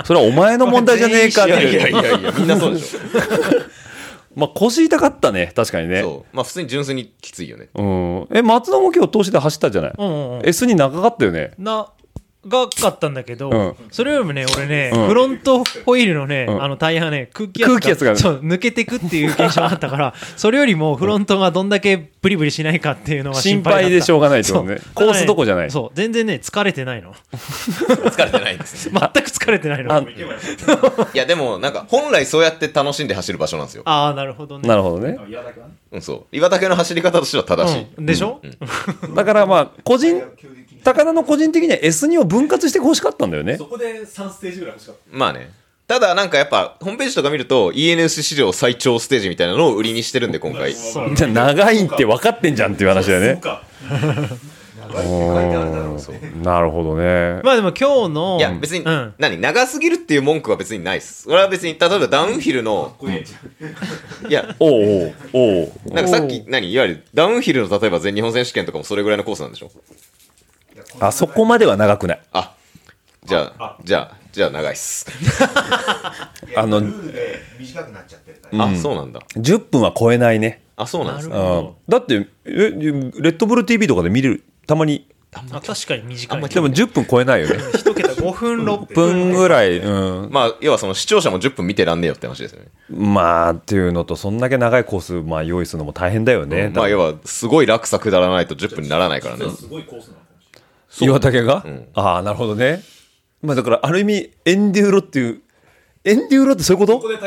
Speaker 1: それはお前の問題じゃねえかっ
Speaker 4: い
Speaker 1: て
Speaker 4: や い
Speaker 1: いう。
Speaker 4: やいやいや、みんなそう でしょ。
Speaker 1: まあ、腰痛かったね。確かにね。
Speaker 4: そう。まあ、普通に純粋にきついよね。
Speaker 1: うん。え、松田も今日通しで走ったじゃない、
Speaker 7: うんうんうん
Speaker 1: ?S に長かったよね。
Speaker 7: ながかったんだけど、
Speaker 1: うん
Speaker 7: それよりもね俺ね、
Speaker 1: うん
Speaker 7: フロントホイールのね、
Speaker 1: うん
Speaker 7: あのタイヤね空気
Speaker 1: 空気圧がね
Speaker 7: そう抜けてくっていう現象があったから それよりもフロントがどんだけブリブリしないかっていうのが心配だった
Speaker 1: 心配でしょうがないってことね
Speaker 7: そう
Speaker 1: コースどこじゃない
Speaker 7: そう全然ね疲れてないの
Speaker 4: 疲れてないんです
Speaker 7: 全く疲れてないの
Speaker 1: あ
Speaker 7: あ
Speaker 4: いや、でも、なんか、本来そうやって楽しんで走る場所なんですよ。
Speaker 7: あーなるほどね
Speaker 1: なるほどね。
Speaker 4: うん、そう。岩竹の走り方としては正しい。
Speaker 7: うん、でしょ、
Speaker 1: だからまあ、個人、高田の個人的には S2 を分割して欲しかったんだよね。
Speaker 4: まあね。ただ、なんかやっぱ、ホームページとか見ると、ENS 史上最長ステージみたいなのを売りにしてるんで、今回。
Speaker 7: そう
Speaker 1: じゃあ長いって分かってんじゃんっていう話だよね。うんなるほどね。
Speaker 7: まあでも今日の
Speaker 4: いや、別に、
Speaker 7: うん
Speaker 4: 何、長すぎるっていう文句は別にないです。それは別に、例えばダウンヒルの、いや、
Speaker 1: おうおうおう
Speaker 4: なんかさっき、何、いわゆるダウンヒルの、例えば全日本選手権とかもそれぐらいのコースなんでしょ
Speaker 1: あそこまでは長くない。
Speaker 4: あ、じゃあ、じゃあ、じゃあ長いっす。
Speaker 1: あの、
Speaker 4: あ、そうなんだ。
Speaker 1: 10分は超えないね。
Speaker 4: あ、そうなんです
Speaker 7: な
Speaker 4: ね。
Speaker 7: る
Speaker 1: うんだって、え、レッドブル TV とかで見れる、たまに。
Speaker 7: あ確かに短い
Speaker 1: でも10分超えないよね。
Speaker 7: 一桁5分6
Speaker 1: 10分 ぐらい、うん。
Speaker 4: まあ、要はその視聴者も10分見てらんねえよって話ですよね。
Speaker 1: まあ、っていうのと、そんだけ長いコース、まあ、用意するのも大変だよね。
Speaker 4: まあ、要は、すごい落差下らないと10分にならないからね。
Speaker 1: 岩竹が、
Speaker 4: ん
Speaker 1: ああなるほどねまあだからある意味エンデューロっていうエンデューロってそういうこと
Speaker 4: な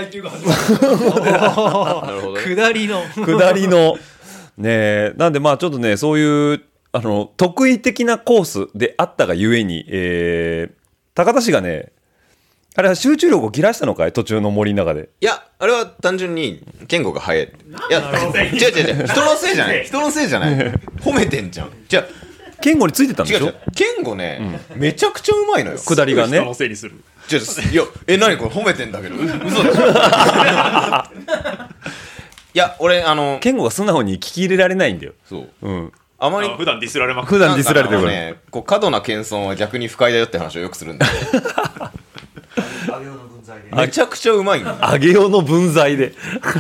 Speaker 4: るほどね。
Speaker 7: 下りの
Speaker 1: 下りの ねえなんでまあちょっとねそういうあの得意的なコースであったがゆえに、えー高田氏がねあれは集中力を切らしたのかい途中の森の中で
Speaker 4: いや、あれは単純に、言語が早い。いや、違う違う違う。人のせいじゃない。人のせいじゃない。褒めてんじゃん。じゃ
Speaker 1: 健吾についてたん
Speaker 4: 違
Speaker 1: で
Speaker 4: う
Speaker 1: し
Speaker 4: 違
Speaker 1: ょ
Speaker 4: う。言語ね、めちゃくちゃうまいのよ。
Speaker 1: 下りが
Speaker 5: 人
Speaker 1: ね
Speaker 5: のせいにする。
Speaker 4: 違う違ういや、え、何これ褒めてんだけど。嘘でしょ。いや、俺、あの、
Speaker 1: 健吾が素直に聞き入れられないんだよ、
Speaker 4: そう。
Speaker 1: うん、
Speaker 4: あまり
Speaker 5: あ、普段ディスられまく
Speaker 1: 普
Speaker 5: る。
Speaker 1: 段ディスられてる
Speaker 4: なん
Speaker 1: か、
Speaker 4: からね、こう過度な謙遜は逆に不快だよって話をよくするんだけどめちゃくちゃうまいんだよ
Speaker 1: 上げようの分際で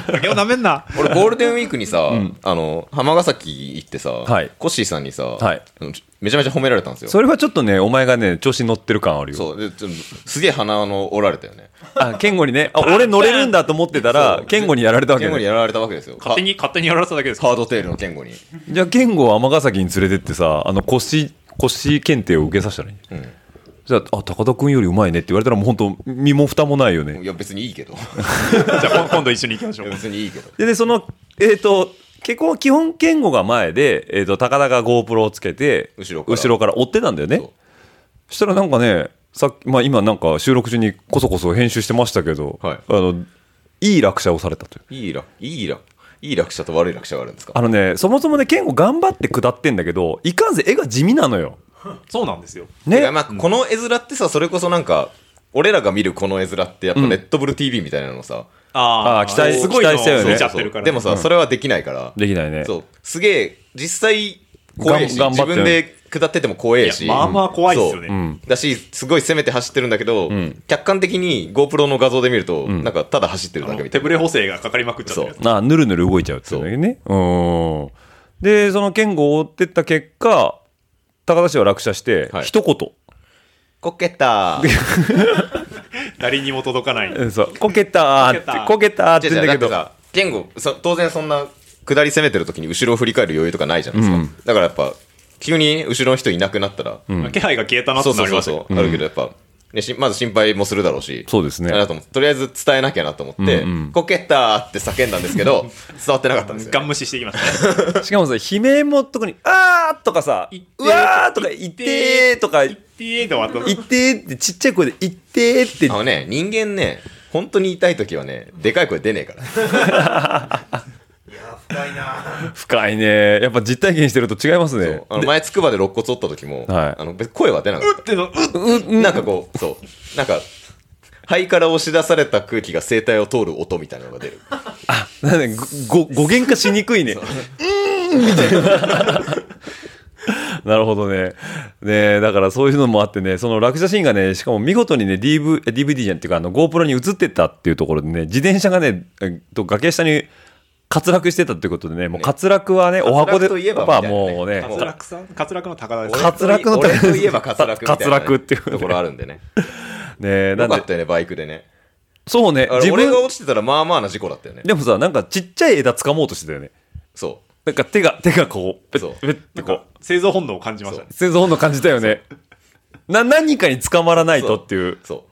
Speaker 7: 竹をなめんな
Speaker 4: 俺ゴールデンウィークにさ、あの浜ヶ崎行ってさ、
Speaker 1: はい
Speaker 4: コッシーさんにさ、
Speaker 1: はい
Speaker 4: あのちょめちゃめちゃ褒められたんですよ
Speaker 1: それはちょっとねお前がね調子に乗ってる感あるよ
Speaker 4: そうでちょすげえ鼻の折られたよね
Speaker 1: あ、ケンゴにね、あ、俺乗れるんだと思ってたら
Speaker 4: そ、う
Speaker 1: ケンゴにやられたわけ
Speaker 4: 言語に
Speaker 1: ね。
Speaker 4: やられたわけですよ
Speaker 5: 勝手に、勝手にやられただけです
Speaker 4: ハ。ハードテールの言語に、
Speaker 1: じゃあ、ケンゴを尼崎に連れてってさ、あの、腰、腰検定を受けさせたらいい。
Speaker 4: うん
Speaker 1: じゃあ、あ、高田君よりうまいねって言われたら、もう本当身も蓋もないよね。
Speaker 4: いや別にいいけどい
Speaker 5: じゃあ、今度一緒に行きましょ
Speaker 4: や
Speaker 5: う。
Speaker 4: 別にいいけど
Speaker 1: で、でその、えっ、と、結構、基本、ケンゴが前で、えっ、と、高田が GoPro をつけて、
Speaker 4: 後ろから
Speaker 1: から追ってたんだよね。
Speaker 4: そう
Speaker 1: そしたらなんかね、さっき、まあ今なんか収録中にこそこそ編集してましたけど、
Speaker 4: はい
Speaker 1: あの、いい落車をされたという。
Speaker 4: いいらいいらいい落車と悪い落車があるんですか
Speaker 1: あのね、そもそもね、健吾頑張って下ってんだけど、いかんせん絵が地味なのよ。
Speaker 5: そうなんですよ。
Speaker 4: い
Speaker 1: ね
Speaker 4: や。まあこの絵面ってさそれこそなんか俺らが見るこの絵面ってやっぱレッドブル TV みたいなのさ、
Speaker 1: あー期待
Speaker 5: すごい
Speaker 1: 期待したよね
Speaker 5: そうそうそう見ちゃってるから。
Speaker 4: でもさ、それはできないから
Speaker 1: できないね。
Speaker 4: そうすげえ実際怖えし
Speaker 1: がん
Speaker 4: 自
Speaker 1: 頑張って
Speaker 4: 分で下ってても怖えし
Speaker 5: いやまあまあ怖いですよね
Speaker 4: そうだしすごい攻めて走ってるんだけど、客観的に GoPro の画像で見ると、なんかただ走ってるだけみた
Speaker 5: 手
Speaker 4: いな
Speaker 5: ぶれ補正がかかりまくっちゃってるやつ
Speaker 1: ああ、ぬるぬる動いちゃうっていうね。うん。で、その健吾を追ってった結果、高田氏は落車して、
Speaker 4: はい
Speaker 1: 一言。
Speaker 4: こけた
Speaker 5: 誰にも届かない。
Speaker 1: うんそう、こけたーって、こ
Speaker 5: こ
Speaker 1: けたーって
Speaker 4: じゃ
Speaker 1: 言うん
Speaker 4: だ
Speaker 1: だ
Speaker 4: っ
Speaker 1: け
Speaker 4: て
Speaker 1: ど、
Speaker 4: さ言語そ当然そんな下り攻めてる時に後ろを振り返る余裕とかないじゃないですか、だからやっぱ急に後ろの人いなくなったら、
Speaker 5: 気配が消えたなって
Speaker 4: そう
Speaker 5: な
Speaker 4: そうそ
Speaker 5: りま
Speaker 4: う
Speaker 5: すよ
Speaker 4: そう、あるけどやっぱ、ね、しまず心配もするだろうし
Speaker 1: そうですね
Speaker 4: あれだと思うとりあえず伝えなきゃなと思って「
Speaker 1: うんうん
Speaker 4: こけた!」って叫んだんですけ ど伝わってなかったんですよ
Speaker 5: ガン無視していきましたね。
Speaker 1: しかもさ、悲鳴も特に、あーとかさ
Speaker 5: いって、ー
Speaker 1: うわーとか、いってーとか、い
Speaker 5: ピーで終わった。
Speaker 1: ってーってちっちゃい声で、いってーって
Speaker 4: あのね人間ね本当に痛い時はね、でかい声出ねえから。
Speaker 8: 深いねやっぱ実体験してると違いますね
Speaker 4: そうあの前、つくばで肋骨折った時も、
Speaker 8: はい
Speaker 4: あの別に声は出なかった。なんかこう、そう。なんか、肺から押し出された空気が声帯を通る音みたいなのが出る。
Speaker 8: なんでごご語源化しにくいね。うーん なるほどね。ねだからそういうのもあってね、その落車シーンがね、しかも見事にね、DV、DVD じゃんっていうか、あの、GoPro に映ってったっていうところでね、自転車がね、えっと崖下に滑落してたっていうことでね、もう滑落はね、お箱で、
Speaker 4: 滑落といえば
Speaker 8: やっぱもうね、
Speaker 4: みたいなね
Speaker 5: 滑落さん滑落の高田で
Speaker 4: 俺と
Speaker 5: す
Speaker 8: 滑落の
Speaker 4: 俺といえば滑落みたいなね、
Speaker 8: 滑落っていう
Speaker 4: ところあるんでね。
Speaker 8: ねな
Speaker 4: よ
Speaker 8: ん
Speaker 4: かっ
Speaker 8: で、
Speaker 4: たよね、バイクでね。
Speaker 8: そうね
Speaker 4: あ、れ
Speaker 8: 自
Speaker 4: 俺が
Speaker 8: 分、
Speaker 4: 落ちてたらまあまあな事故だったよね。
Speaker 8: でもさ、なんかちっちゃい枝掴もうとしてたよね。
Speaker 4: そ
Speaker 8: なんか手が、手がこう、ペ
Speaker 4: そう
Speaker 8: ッ、ペッって
Speaker 5: なん
Speaker 8: こ
Speaker 5: か製造本能を感じましたね
Speaker 8: う、製造本能感じたよね。な、何かに捕まらないとっていう
Speaker 4: う。。そ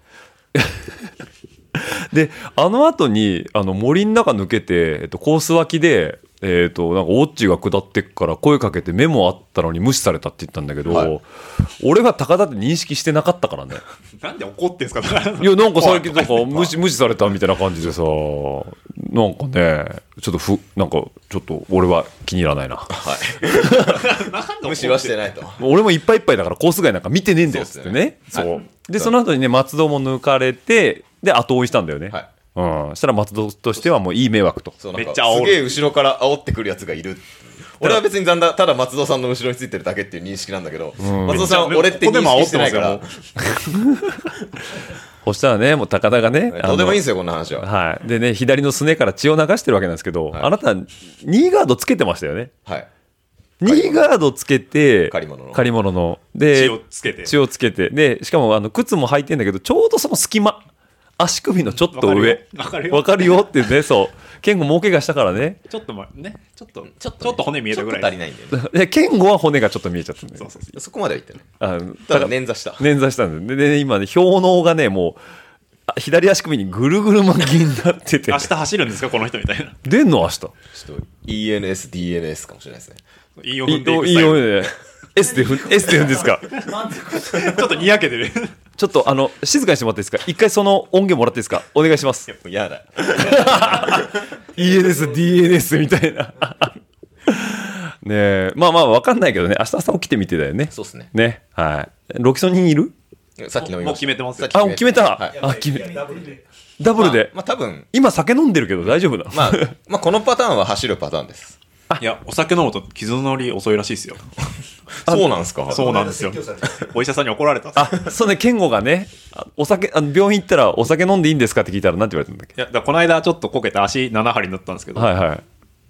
Speaker 8: であの後にあの森の中抜けて、えっと、コース脇で、えっとなんかオッチが下ってっから声かけてメモあったのに無視されたって言ったんだけど、
Speaker 4: はい
Speaker 8: 俺が高田って認識してなかったからね
Speaker 5: なんで怒ってんすかだから
Speaker 8: いやなんか最近
Speaker 5: 怖
Speaker 8: ないんか無視無視されたみたいな感じでさなんかねちょっとふなんかちょっと俺は気に入らないな
Speaker 4: う。無視はし てないと。
Speaker 8: 俺もいっぱいいっぱいだからコース外なんか見てねえんだよっつってねそ
Speaker 4: そううっすよねはい
Speaker 8: でその後にね松戸も抜かれてで後追いしたんだよね、
Speaker 4: はい
Speaker 8: うん、したら松戸としてはもういい迷惑と
Speaker 4: そうなん
Speaker 5: め
Speaker 4: か
Speaker 5: っちゃ煽
Speaker 4: す
Speaker 5: る
Speaker 4: げえ後ろから煽ってくるやつがい る。俺は別に残だただ松戸さんの後ろについてるだけっていう認識なんだけど、松戸さんは俺って認識してないから、
Speaker 5: ここでも煽って
Speaker 8: そしたらねもう高田がね
Speaker 4: どうでもいい
Speaker 8: ん
Speaker 4: んですよ、こんな話は。
Speaker 8: はい、でね左のすねから血を流してるわけなんですけど、
Speaker 4: はい
Speaker 8: あなたニーガードつけてましたよね
Speaker 4: はい。
Speaker 8: ニーガードつけて
Speaker 4: 借り物の
Speaker 8: 借り物ので
Speaker 5: 血をつけて
Speaker 8: 血をつけてでしかもあの靴も履いてんだけどちょうどその隙間足首のちょっと上
Speaker 5: わかるよ
Speaker 8: わかるよって ねそう健吾も大怪我したからね
Speaker 5: ちょっとまねちょっとちょっと,、骨見え
Speaker 4: ち
Speaker 5: た
Speaker 4: ょっ
Speaker 5: ぐ
Speaker 4: と
Speaker 5: ら
Speaker 4: 足
Speaker 5: い
Speaker 4: りないんだよね。
Speaker 8: で健吾は骨がちょっと見えちゃったんで
Speaker 5: そうそうそう
Speaker 4: そこまでは言ってない。
Speaker 8: あの
Speaker 4: た
Speaker 8: だか
Speaker 4: だ
Speaker 8: ら
Speaker 4: 捻挫した。
Speaker 8: 捻挫したんででで今ね氷のうがねもうあ左足首にぐるぐる巻きになってて
Speaker 5: 明日走るんですかこの人みたいな
Speaker 8: 出んの明日
Speaker 4: ちょっと ENS、DNS かもしれないですね。
Speaker 5: 韻を
Speaker 8: い
Speaker 5: 踏んでいく
Speaker 8: いい
Speaker 5: スタイ
Speaker 8: よ
Speaker 5: ル
Speaker 8: ね S で踏ん S で踏んですか
Speaker 5: ちょっとにやけてる
Speaker 8: ちょっとあの静かにしてもらっていいですか一回その音源もらっていいですかお願いします
Speaker 4: もうやだ。
Speaker 8: ENS、DNS みたいなねえまあまあわかんないけどね明日朝起きてみてだよね
Speaker 4: そうっすね。
Speaker 8: ねはいロキソニンいる
Speaker 4: さっき飲みました。
Speaker 5: もう決めてますよ
Speaker 4: さ
Speaker 8: あ
Speaker 4: っき
Speaker 8: 決めた、
Speaker 4: はい
Speaker 8: あ決めたダブルで、
Speaker 4: まあ、まあ多分、
Speaker 8: 今酒飲んでるけど大丈夫な、
Speaker 4: まあ、まあこのパターンは走るパターンです。
Speaker 5: いやお酒飲むと傷の治り遅いらしいですよ
Speaker 4: そうなんですか
Speaker 5: そうなんですよお医者さんに怒られたんですよ
Speaker 8: あ、そうね、健吾がね、あお酒、あの病院行ったらお酒飲んでいいんですかって聞いたらなんて言われたんだっけ
Speaker 5: いやだからこの間ちょっとこけた足7針縫ったんですけど、
Speaker 8: はいはい。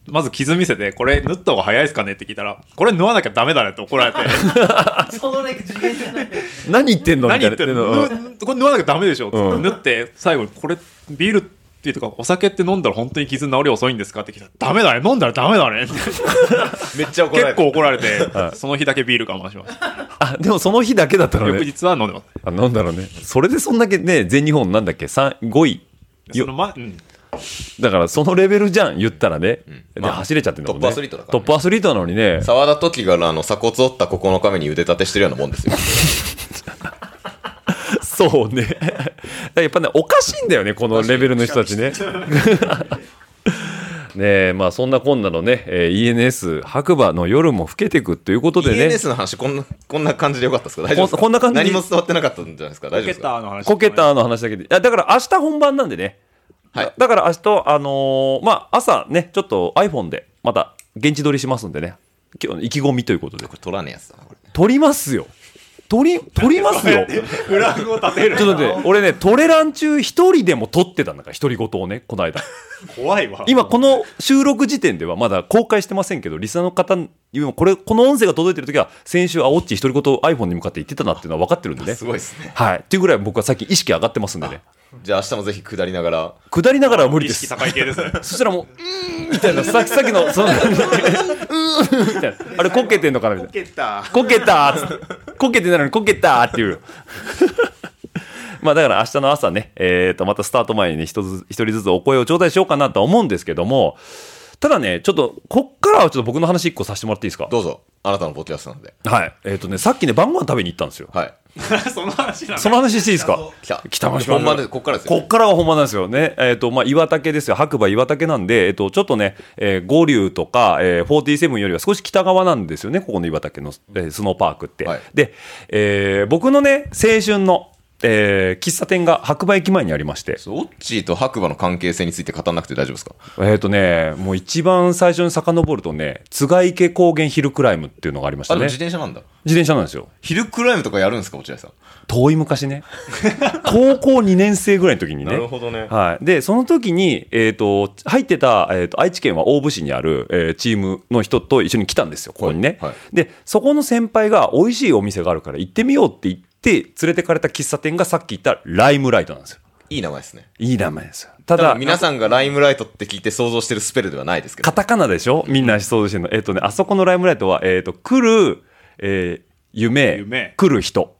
Speaker 5: まず傷見せてこれ縫った方が早いですかねって聞いたらこれ縫わなきゃダメだねって怒られて
Speaker 8: 何言ってんのみたいな。
Speaker 5: 何言ってる
Speaker 8: う
Speaker 5: の
Speaker 8: ん
Speaker 5: 縫これ縫わなきゃダメでしょって、
Speaker 8: うん
Speaker 5: 縫って最後にこれビールっていうとかお酒って飲んだら本当に傷治り遅いんですかって聞いたらダメだね飲んだらダメだねって
Speaker 4: めっちゃ怒られた
Speaker 5: 結構怒られて、
Speaker 8: はい
Speaker 5: その日だけビール我慢しました。
Speaker 8: あ、でもその日だけだったの
Speaker 5: 翌
Speaker 8: ね。
Speaker 5: 日は飲んでます。
Speaker 8: あ、なんだろうね。それでそんだけね、全日本なんだっけ、三5位。
Speaker 5: そのま、うん。
Speaker 8: だからそのレベルじゃん、言ったらね。で、走れちゃってんだもんね。
Speaker 4: トップアスリートだからね
Speaker 8: トップアスリートなのに ね。
Speaker 4: 沢田時があの鎖骨折った9日目に腕立てしてるようなもんですよ。
Speaker 8: そうね。やっぱね、おかしいんだよね、このレベルの人たちね。 ねえまあそんなこんなのね、えー ENS 白馬の夜も更けていくということでね
Speaker 4: ENS の話こんな、こんな感じでよかったですか大丈夫ですか
Speaker 8: こんこんな感じ
Speaker 4: 何も伝わってなかったんじゃないですか大丈夫
Speaker 5: ケ
Speaker 4: です
Speaker 5: ッ
Speaker 4: か
Speaker 5: ターの話。
Speaker 8: コケターの話だけで、いやだから明日本番なんでね、
Speaker 4: はい
Speaker 8: だだから明日あのーまあ朝ね、ちょっと iPhone でまた現地撮りしますんでね、今日の意気込みということで
Speaker 4: こ、れ取らねえやつだな、これ。
Speaker 8: 撮りますよ、撮り撮りますよ、ちょ
Speaker 5: フラグを立てる。
Speaker 8: っと待って、俺ね、トレラン中、一人でも撮ってたんだから、独り言をね、この間、
Speaker 5: 怖いわ。
Speaker 8: 今、この収録時点ではまだ公開してませんけど、リスナーの方にも、これ、この音声が届いてる時は、先週、あおっち、独り言を iPhone に向かって言ってたなっていうのは分かってるんでね
Speaker 4: す。ごいですね。
Speaker 8: はい、っていうぐらい僕は最近意識上がってますんでね
Speaker 4: じゃあ明日もぜひ下りながら、
Speaker 8: 下りながらは無理
Speaker 5: 意
Speaker 8: です
Speaker 5: 識高い系ですね。
Speaker 8: そしたらもう、うーんみたいな、さっきさっきの、その、うーんみたいな。あれ、こけてんのかなみたいな。こけたーっつってこけてないのにこけたーって いう。まあだから明日の朝ね、えーと、またスタート前にね、一つ一人ずつお声を頂戴しようかなとは思うんですけども、
Speaker 1: ただね、ちょっと、こっからはちょっと僕の話一個させてもらっていいですか
Speaker 4: どうぞ。あなたのポッドキャストなんで。
Speaker 1: はい。えっ、とね、さっきね、晩ご飯食べに行ったんですよ。
Speaker 4: はい。
Speaker 5: その話なの
Speaker 1: その話していいですか
Speaker 4: 来た。
Speaker 1: 北町
Speaker 4: 本番で、こっからです
Speaker 1: こっ
Speaker 4: よ。
Speaker 1: からが本番なんですよね。えっ、と、まあ、岩竹ですよ。白馬岩竹なんで、えっ、と、ちょっとね、えー、五竜とか、えー、47よりは少し北側なんですよね、ここの岩竹の、えースノーパークって。
Speaker 4: はい
Speaker 1: で、えー僕のね、青春の、えー喫茶店が白馬駅前にありまして、
Speaker 4: そうオッチーと白馬の関係性について語らなくて大丈夫ですか
Speaker 1: えっ、とね、もう一番最初に遡るとね、津賀池高原ヒルクライムっていうのがありました
Speaker 4: あ、で
Speaker 1: ね。
Speaker 4: も自
Speaker 1: 自
Speaker 4: 転車なんだ。
Speaker 1: 転車なんですよ。
Speaker 4: ヒルクライムとかやるんですか落合さん。
Speaker 1: 遠い昔 ね高校2年生ぐらいの時にね
Speaker 9: なるほどね
Speaker 1: はい、でその時に、えー、と入ってた、えー、と愛知県は大府市にある、えーチームの人と一緒に来たんですよここにね、
Speaker 4: はいはい
Speaker 1: でそこの先輩が美味しいお店があるから行ってみようって言って連れてかれた喫茶店がさっき言ったライムライトなんですよ
Speaker 4: いい名前ですね。
Speaker 1: いい名前ですよた
Speaker 4: ただ、
Speaker 1: だ
Speaker 4: 皆さんがライムライトって聞いて想像してるスペルではないですけど
Speaker 1: カ。タカナでしょみんな想像してるの、えっ、とねあそこのライムライトは、えー、と来る、えー夢
Speaker 5: 夢
Speaker 1: 来る人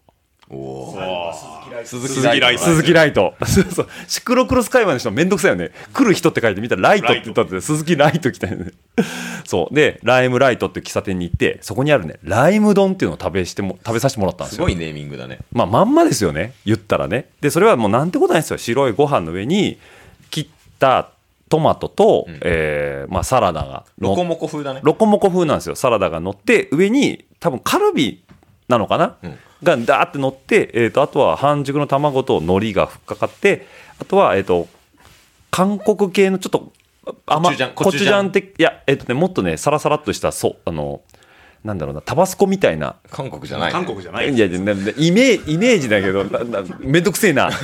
Speaker 4: 鈴
Speaker 5: 鈴木ライト
Speaker 1: 鈴木ライト。そうそう。シクロクロス界隈の人めんどくさいよね。来る人って書いてみたらライトって言ったって、鈴木ライト来たよね。そう。で、ライムライトっていう喫茶店に行って、そこにあるね、ライム丼っていうのを食べしても、食べさせてもらったんですすよ。
Speaker 4: ごいネーミングだね。
Speaker 1: まあ、まんまですよね。言ったらね。で、それはもうなんてことないですよ。白いご飯の上に切ったトマトと、えーまあ、サラダが乗
Speaker 4: ロ
Speaker 1: っ
Speaker 4: コモコ風だね。
Speaker 1: ロコモコ風なんですよサラダが乗って上に多分カルビなのかな、
Speaker 4: うん
Speaker 1: がダーって乗って、えー、とあとは半熟の卵と海苔がふっかかってあとは、えー、と韓国系のちょっと甘
Speaker 4: コチュジャン
Speaker 1: コチュジャン
Speaker 4: コ
Speaker 1: 的いや、えーとね、もっとねサラサラっとしたそうあのなんだろうなタバスコみたいな
Speaker 4: 韓国じゃない。
Speaker 5: 韓国じゃない
Speaker 1: いやいやななイメージイメージだけどななめんどくせえな ち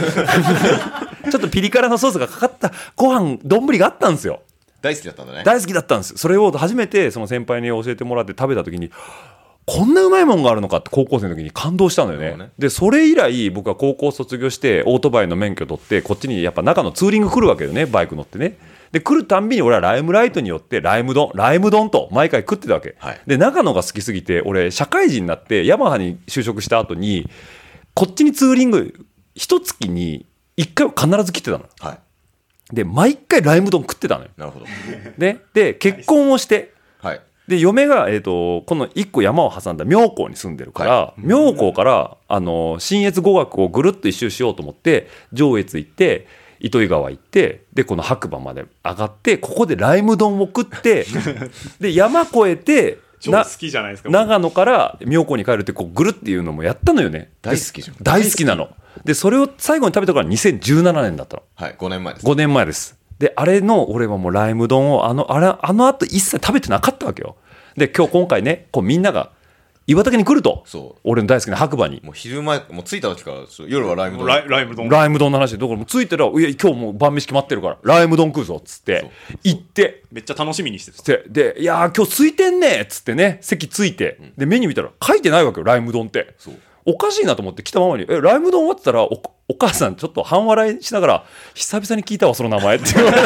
Speaker 1: ょっとピリ辛のソースがかかったご飯丼があったんですよ
Speaker 4: 大好きだったんだね。
Speaker 1: 大好きだったんですそれを初めてその先輩に教えてもらって食べた時にこんなうまいもんがあるのかって高校生の時に感動したのよ
Speaker 4: なる
Speaker 1: ね
Speaker 4: ほどね
Speaker 1: でそれ以来僕は高校卒業してオートバイの免許取ってこっちにやっぱ中のツーリング来るわけよねバイク乗ってねで来るたんびに俺はライムライトによってライム丼ライム丼と毎回食ってたわけ、
Speaker 4: はい
Speaker 1: で長野が好きすぎて俺社会人になってヤマハに就職した後にこっちにツーリング一月に1回は必ず来てたの
Speaker 4: は
Speaker 1: で毎回ライム丼食ってたのよ
Speaker 4: い。なるほど。
Speaker 1: ね、で結婚をして
Speaker 4: はい。
Speaker 1: で嫁が、えー、とこの1個山を挟んだ妙高に住んでるから、
Speaker 4: は
Speaker 1: 妙高からあの信越語学をぐるっと一周しようと思って上越行って糸魚川行ってでこの白馬まで上がってここでライム丼を食って で山越えて
Speaker 5: 超
Speaker 1: な
Speaker 5: 好きじゃないですか
Speaker 1: 長野から妙高に帰るってこうぐるっていうのもやったのよね
Speaker 4: 大好きじゃん
Speaker 1: で大好きなのでそれを最後に食べたから2017年だったの
Speaker 4: はい。5年前です。
Speaker 1: 5年前ですであれの俺はもうライム丼をあのあれあの後一切食べてなかったわけよで今日今回ねこうみんなが岩竹に来ると
Speaker 4: そう
Speaker 1: 俺の大好きな白馬に
Speaker 4: もう昼前、もう着いた時から、そう夜はライム
Speaker 5: も
Speaker 4: ド
Speaker 5: うライライム丼
Speaker 1: ライム丼の話でどころもうついてら「いや今日もう晩飯決まってるからライム丼食うぞ」っつって行って
Speaker 5: めっちゃ楽しみにしてた
Speaker 1: でで「いやー今日空いてんね」っつってね席ついてでメニュー見たら書いてないわけよライム丼って
Speaker 4: そう
Speaker 1: おかしいなと思って来たままに「えライム丼は?」って言ったらおお母さんちょっと半笑いしながら「久々に聞いたわその名前」って言われて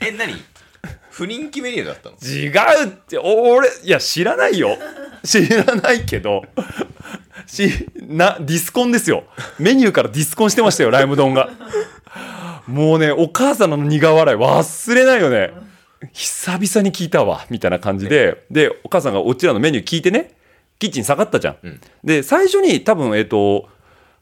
Speaker 4: え、何不人気メニューだった の
Speaker 1: 違うってお俺いや知らないよ知らないけどしなディスコンですよメニューからディスコンしてましたよライム丼がもうねお母さんの苦笑い忘れないよね久々に聞いたわみたいな感じででお母さんがうちらのメニュー聞いてねキッチン下がったじゃん、で最初に多分えっ、と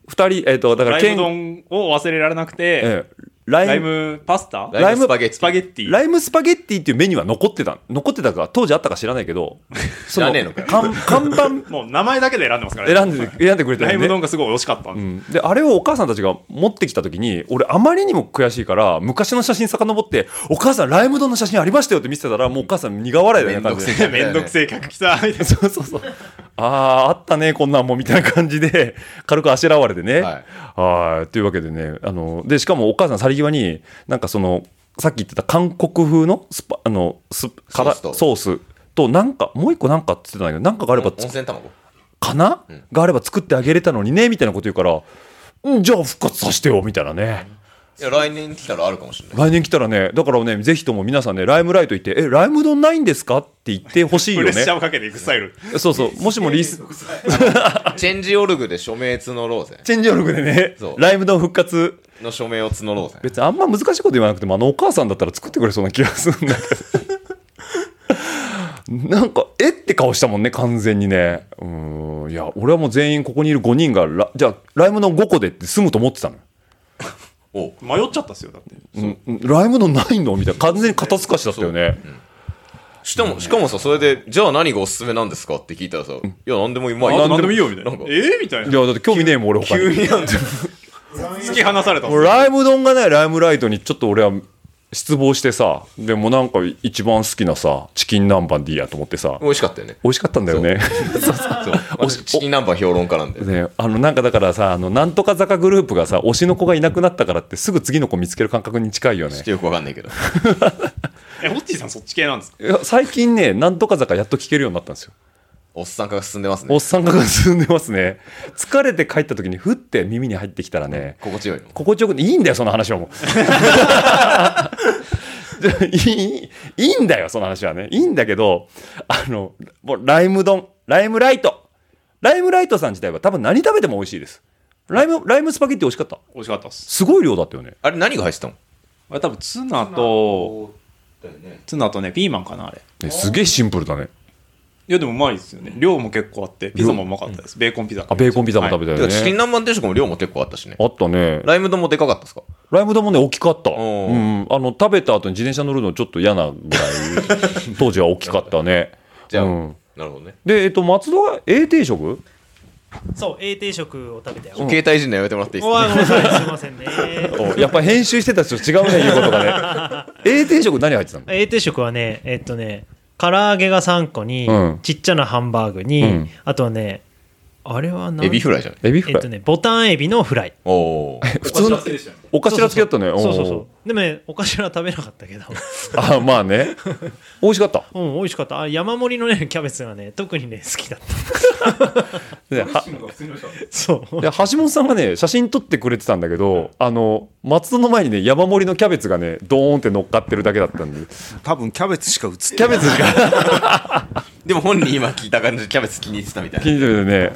Speaker 1: 2人えっ、とだから
Speaker 5: ライ
Speaker 1: ケ
Speaker 5: ム
Speaker 1: ン
Speaker 5: 丼を忘れられなくて、
Speaker 1: ええライム
Speaker 5: ライムパスタ
Speaker 1: イラ
Speaker 4: ライムスパゲッティ。
Speaker 5: スパゲッティ
Speaker 1: ライムスパゲッティっていうメニューは残ってた残ってたか当時あったか知らないけどそ
Speaker 4: 知らねえのかよ
Speaker 1: 看看板
Speaker 5: もう名前だけで選んでますからね
Speaker 1: 選んで選んでくれて
Speaker 5: ライ
Speaker 1: るん
Speaker 5: ム
Speaker 1: で,、
Speaker 5: 丼がすごい惜しかったんで、
Speaker 1: うんであれをお母さんたちが持ってきた時に俺あまりにも悔しいから昔の写真遡って「お母さんライム丼の写真ありましたよ」って見せてたらもうお母さん苦笑いだよね
Speaker 4: めんどくせえ
Speaker 5: めんどくせえ客来たみたいな
Speaker 1: そうそうそう。ああ、あったね、こんなんもみたいな感じで、 軽くあしらわれてね。
Speaker 4: はい
Speaker 1: はい。というわけでね、あの、で、しかもお母さん、去り際に、なんかその、さっき言ってた韓国風のスパ、あの、スから
Speaker 4: ソースと
Speaker 1: ソースと、なんか、もう一個なんかって言ってたんだけど、なんかがあれば
Speaker 4: 温
Speaker 1: つ、
Speaker 4: 泉卵。
Speaker 1: かな、があれば作ってあげれたのにね、みたいなこと言うから、うんじゃあ復活させてよ、みたいなね。
Speaker 4: いや、来年来たらあるかもしれない。
Speaker 1: 来年来たらね、だからね、ぜひとも皆さんね、ライムライト行って、え、ライム丼ないんですかって言ってほしいよ
Speaker 5: プレッシャー
Speaker 1: ね。
Speaker 5: をかけていくスタイル
Speaker 1: そうそう。もしもリス、
Speaker 4: チェンジオルグで署名募ろうぜ。
Speaker 1: チェンジオルグでね
Speaker 4: そ、う
Speaker 1: ライム丼復活
Speaker 4: の署名を募ろうぜ。
Speaker 1: 別にあんま難しいこと言わなくてもあのお母さんだったら作ってくれそうな気がするんだけど なんかえって顔したもんね完全にねうんいや俺はもう全員ここにいる5人がラじゃあライムの5個でって済むと思ってたのよ
Speaker 5: 迷っちゃったっすよだって
Speaker 1: うんうんライムのないのみたいな完全に肩透かしだったよね
Speaker 4: しかも、しかもさ、それで、じゃあ何がおすすめなんですかって聞いたらさ、いや、なんでもいい。まあ、
Speaker 5: あ
Speaker 4: な
Speaker 5: 何
Speaker 4: ん
Speaker 5: でもいいよみたいな
Speaker 4: なんか
Speaker 5: えーみたい
Speaker 1: い
Speaker 5: な
Speaker 1: やだって興味ねえもん俺他に
Speaker 4: 急になんで
Speaker 5: 突き放された
Speaker 1: もうライム丼がないライムライトにちょっと俺は失望してさでもなんか一番好きなさチキン南蛮でいいやと思ってさ
Speaker 4: 美味しかったよね。
Speaker 1: 美味しかったんだよね
Speaker 4: そう。私、チキン南蛮評論家なんで。
Speaker 1: ね、あのなんかだからさあのなんとか坂グループがさ推しの子がいなくなったからってすぐ次の子見つける感覚に近いよね
Speaker 4: ちょっとよくわかんないけど。
Speaker 5: えホッチーさんそっち系なんですか
Speaker 1: いや最近ねなんとか坂やっと聞けるようになったんですよ
Speaker 4: おっさん化が進んでます
Speaker 1: お
Speaker 4: ね
Speaker 1: っ。さんが進んでますね疲れて帰った時にふって耳に入ってきたらね
Speaker 4: 心地よいの。
Speaker 1: 心地よくていいんだよその話はもういいいいんだよその話はねいいんだけどあのもうライム丼ライムライトライムライトさん自体は多分何食べても美味しい ですライムライムスパゲッティ美味しかった
Speaker 5: 美味しかったっす
Speaker 1: すごい量だったよね
Speaker 4: あれ、何が入ってたの
Speaker 5: あれ多分ツナとツナとねピーマンかなあれ
Speaker 1: えすげえシンプルだね
Speaker 5: いやでもうまいですよね量も結構あってピザもうまかったですベーコンピザ
Speaker 1: あベーコンピザも食べ
Speaker 5: た
Speaker 1: た
Speaker 4: て
Speaker 1: よ
Speaker 4: かチキ
Speaker 1: ね、
Speaker 4: ン南蛮定食も量も結構あったしね。
Speaker 1: あったね
Speaker 4: ライム丼もでかかったですか
Speaker 1: ライム丼もね大きかった、う、
Speaker 4: おうん
Speaker 1: あの食べた後に自転車乗るのちょっと嫌なぐらい 当時は大きかったね
Speaker 4: じゃあ、
Speaker 1: うん
Speaker 4: なるほどね。
Speaker 1: でえっと松戸が A 定食
Speaker 7: そう A 定食を食べたよ、う
Speaker 4: 携帯人のやめてもらっていいです
Speaker 7: ご
Speaker 4: か
Speaker 7: めんなさいすいません ね
Speaker 1: やっぱ編集してた人違うね言うことが ね A 定食何入ってたの
Speaker 7: A 定食はねえっとね唐揚げが3個に、
Speaker 1: うん
Speaker 7: ちっちゃなハンバーグに、
Speaker 1: うん
Speaker 7: あとはねあれは何
Speaker 4: エビフライじゃない
Speaker 1: エビフ
Speaker 7: えっ
Speaker 1: ラ
Speaker 7: と
Speaker 1: イ
Speaker 7: ねボタンエビのフライ
Speaker 4: おお。
Speaker 1: 普通のお頭付きだったね
Speaker 7: そうそうそ
Speaker 1: お
Speaker 7: うでもねお頭は食べなかったけど
Speaker 1: ーあまあね美味しかった
Speaker 7: うん美味しかったあ山盛りのねキャベツがね特にね好きだった
Speaker 1: では
Speaker 7: そう
Speaker 1: で橋本さんがね写真撮ってくれてたんだけどあの松戸の前にね山盛りのキャベツがねドーンって乗っかってるだけだったんで
Speaker 6: 多分キャベツしか映って
Speaker 1: キャベツし か
Speaker 4: でも本人今聞いた感じ、キャベツ気に入ってたみたい
Speaker 1: 気
Speaker 4: な。
Speaker 1: に入ってるよね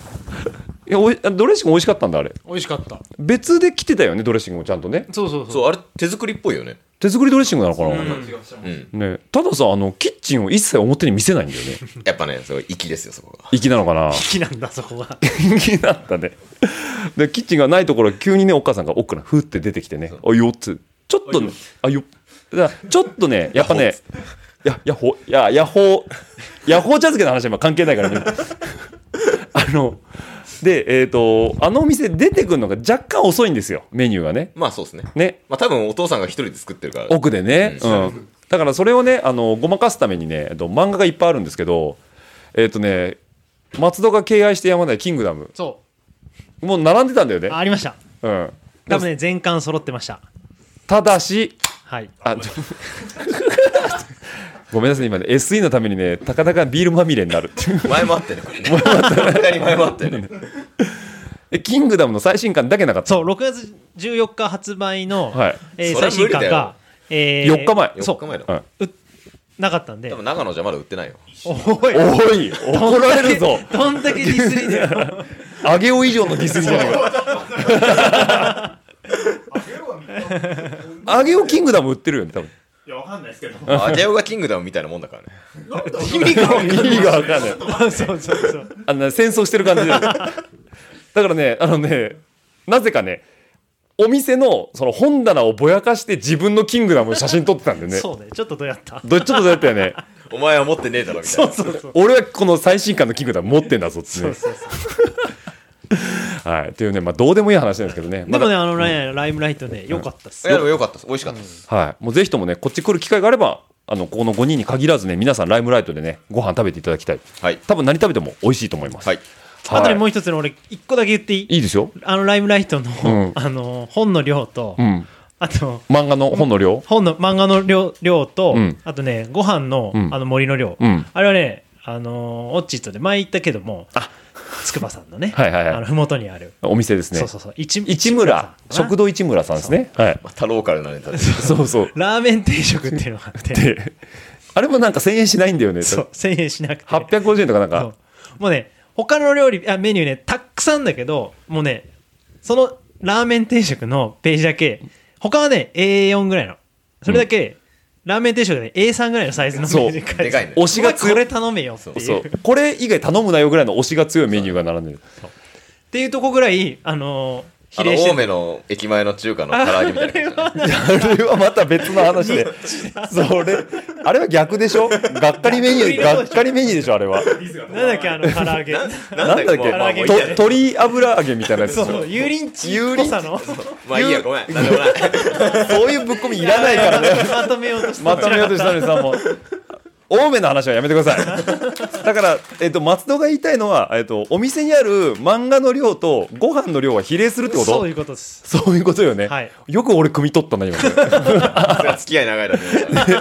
Speaker 1: いやおいドレッシング美味しかったんだあれ
Speaker 7: 美味しかった
Speaker 1: 別で来てたよねドレッシングもちゃんとね
Speaker 7: そうそうそう
Speaker 4: そう、あれ、手作りっぽいよね。
Speaker 1: 手作りドレッシングなのかな、
Speaker 4: うん。
Speaker 1: ね、たださあのキッチンを一切表に見せないんだよ ね
Speaker 4: やっぱね、すごい粋ですよ、そこが。
Speaker 1: 粋なのかな
Speaker 7: 好きなんだそこ が
Speaker 1: 気になったねでキッチンがないところ急にねお母さんが奥からふって出てきてね「あよっつ」ちょっとね「あよっ」だからちょっとねやっぱねいややほいやヤホーヤホー茶漬けの話は今関係ないからね あのでえっ、とあのお店出てくるのが若干遅いんですよメニューがね
Speaker 4: まあそうですね。
Speaker 1: ね
Speaker 4: まあ多分お父さんが一人で作ってるから。
Speaker 1: 奥でね、うん、だからそれをねあのごまかすためにねえっと漫画がいっぱいあるんですけどえっ、とね松戸が敬愛してやまない「キングダム
Speaker 7: そ」
Speaker 1: もう並んでたんだよね
Speaker 7: うあ、ありました
Speaker 1: うん、
Speaker 7: 多分ね全巻揃ってました
Speaker 1: ただし
Speaker 7: はい
Speaker 1: あちょごめんなさい今ね SE のためにねたかたかビールまみれになる っていう
Speaker 4: 前もあってね、これね。前もあってね。前もあってね。
Speaker 1: えキングダムの最新刊だけなかった
Speaker 7: そう6月14日発売の、
Speaker 1: はい
Speaker 7: えー
Speaker 4: それは
Speaker 7: 最
Speaker 4: 無
Speaker 7: 新
Speaker 4: 理だ
Speaker 7: 刊
Speaker 4: よ
Speaker 7: が、えー
Speaker 1: 4日前
Speaker 4: 4日前だもん。
Speaker 7: なかったんで
Speaker 4: 多分長野じゃまだ売ってないよ。
Speaker 7: おい
Speaker 1: おい怒られるぞ
Speaker 7: どんだけデ ィス りで
Speaker 1: 上げお以上のディスりじゃない か上げおキングダム売ってるよね多分
Speaker 5: いやわかんないですけど
Speaker 4: アジャオがキングダムみたいなもんだからね。
Speaker 1: 意味が分かんない
Speaker 7: そうそうそう
Speaker 1: あの戦争してる感じでだからねあのねなぜかねお店のその本棚をぼやかして自分のキングダムの写真撮ってたんだよね
Speaker 7: そうねちょっとどうやった
Speaker 1: どっちょっとだったよね
Speaker 4: お前は持ってねえだろ、みたいな。
Speaker 7: そうそう
Speaker 1: 俺はこの最新刊のキングダム持ってんだぞってね
Speaker 7: そうそう
Speaker 1: はいっていうねまあどうでもいい話なんですけどね
Speaker 7: で
Speaker 1: ま
Speaker 7: も
Speaker 1: だ
Speaker 7: ねあのねライムライトね良かったっす
Speaker 4: いや、でもよかったです。美味しかったです。
Speaker 1: はいもうぜひともねこっち来る機会があればあのここの5人に限らずね皆さんライムライトでねご飯食べていただきたい
Speaker 4: はい。
Speaker 1: 多分何食べても美味しいと思います
Speaker 4: はい。
Speaker 7: あとにも
Speaker 1: は
Speaker 7: う一つの俺一個だけ言っていい
Speaker 1: いいいですよ
Speaker 7: あのライムライトの、
Speaker 1: うん
Speaker 7: あの本の量と、
Speaker 1: うん
Speaker 7: あと
Speaker 1: 漫画の本の量
Speaker 7: 本の漫画の量量と、
Speaker 1: うん
Speaker 7: あとねご飯の、
Speaker 1: うん
Speaker 7: あの森の量、
Speaker 1: うん
Speaker 7: あれはねあのーオッチーとで前言ったけども筑波山の ね
Speaker 1: はいはいはい
Speaker 7: あの麓にある、
Speaker 1: お店ですね
Speaker 7: そうそうそう一
Speaker 1: 市村
Speaker 7: さんかな
Speaker 1: 食堂市村さんですねはい
Speaker 4: またローカルなネタです。
Speaker 1: そうそう
Speaker 7: ラーメン定食っていうのがあって
Speaker 1: であれもなんか1000円しないんだよね
Speaker 7: そう1000円しなくて
Speaker 1: 850円とかなん
Speaker 7: そ
Speaker 1: か
Speaker 7: うもうね他の料理あメニューねたっくさんだけどもうねそのラーメン定食のページだけ、他はね、A4 ぐらいの。それだけ、ラーメン定食で A3 ぐらいのサイズのページに書いてある
Speaker 4: でかいね
Speaker 1: 推しが
Speaker 7: お前
Speaker 1: 強
Speaker 7: これ
Speaker 1: い
Speaker 7: 頼めよっていう
Speaker 1: そうこれ以外頼むなよぐらいの推しが強いメニューが並んでる
Speaker 7: っていうとこぐらい、あのー、
Speaker 4: あ
Speaker 7: 比
Speaker 4: の
Speaker 7: 例して
Speaker 4: 青
Speaker 7: る
Speaker 4: 梅の駅前の中華の唐揚げみたいな感じじゃない
Speaker 1: あれはまた別の話で それあれは逆でしょがっかりメニューがっかりメニューでしょあれは
Speaker 7: なんだっけ、あの、唐揚げ。
Speaker 1: なんだっけ、
Speaker 4: まあまあもういい
Speaker 1: と
Speaker 4: や
Speaker 1: 鶏油揚げみたいなやつでしょ
Speaker 7: そう、油淋鶏っぽさの。
Speaker 4: まあいいやごめんなんでもない
Speaker 1: そういうぶっ込みいらないからね。
Speaker 7: まとめようとして
Speaker 1: まとめようとしたのにさ、もう。青梅の話はやめてください。だから、えっと、松戸が言いたいのは、えっと、お店にある漫画の量とご飯の量は比例するってこと
Speaker 7: そ
Speaker 1: そう
Speaker 7: いううことです。
Speaker 1: いうことよね、
Speaker 7: はい
Speaker 1: よく俺、汲み取ったな、今、
Speaker 4: 付き合い長いだ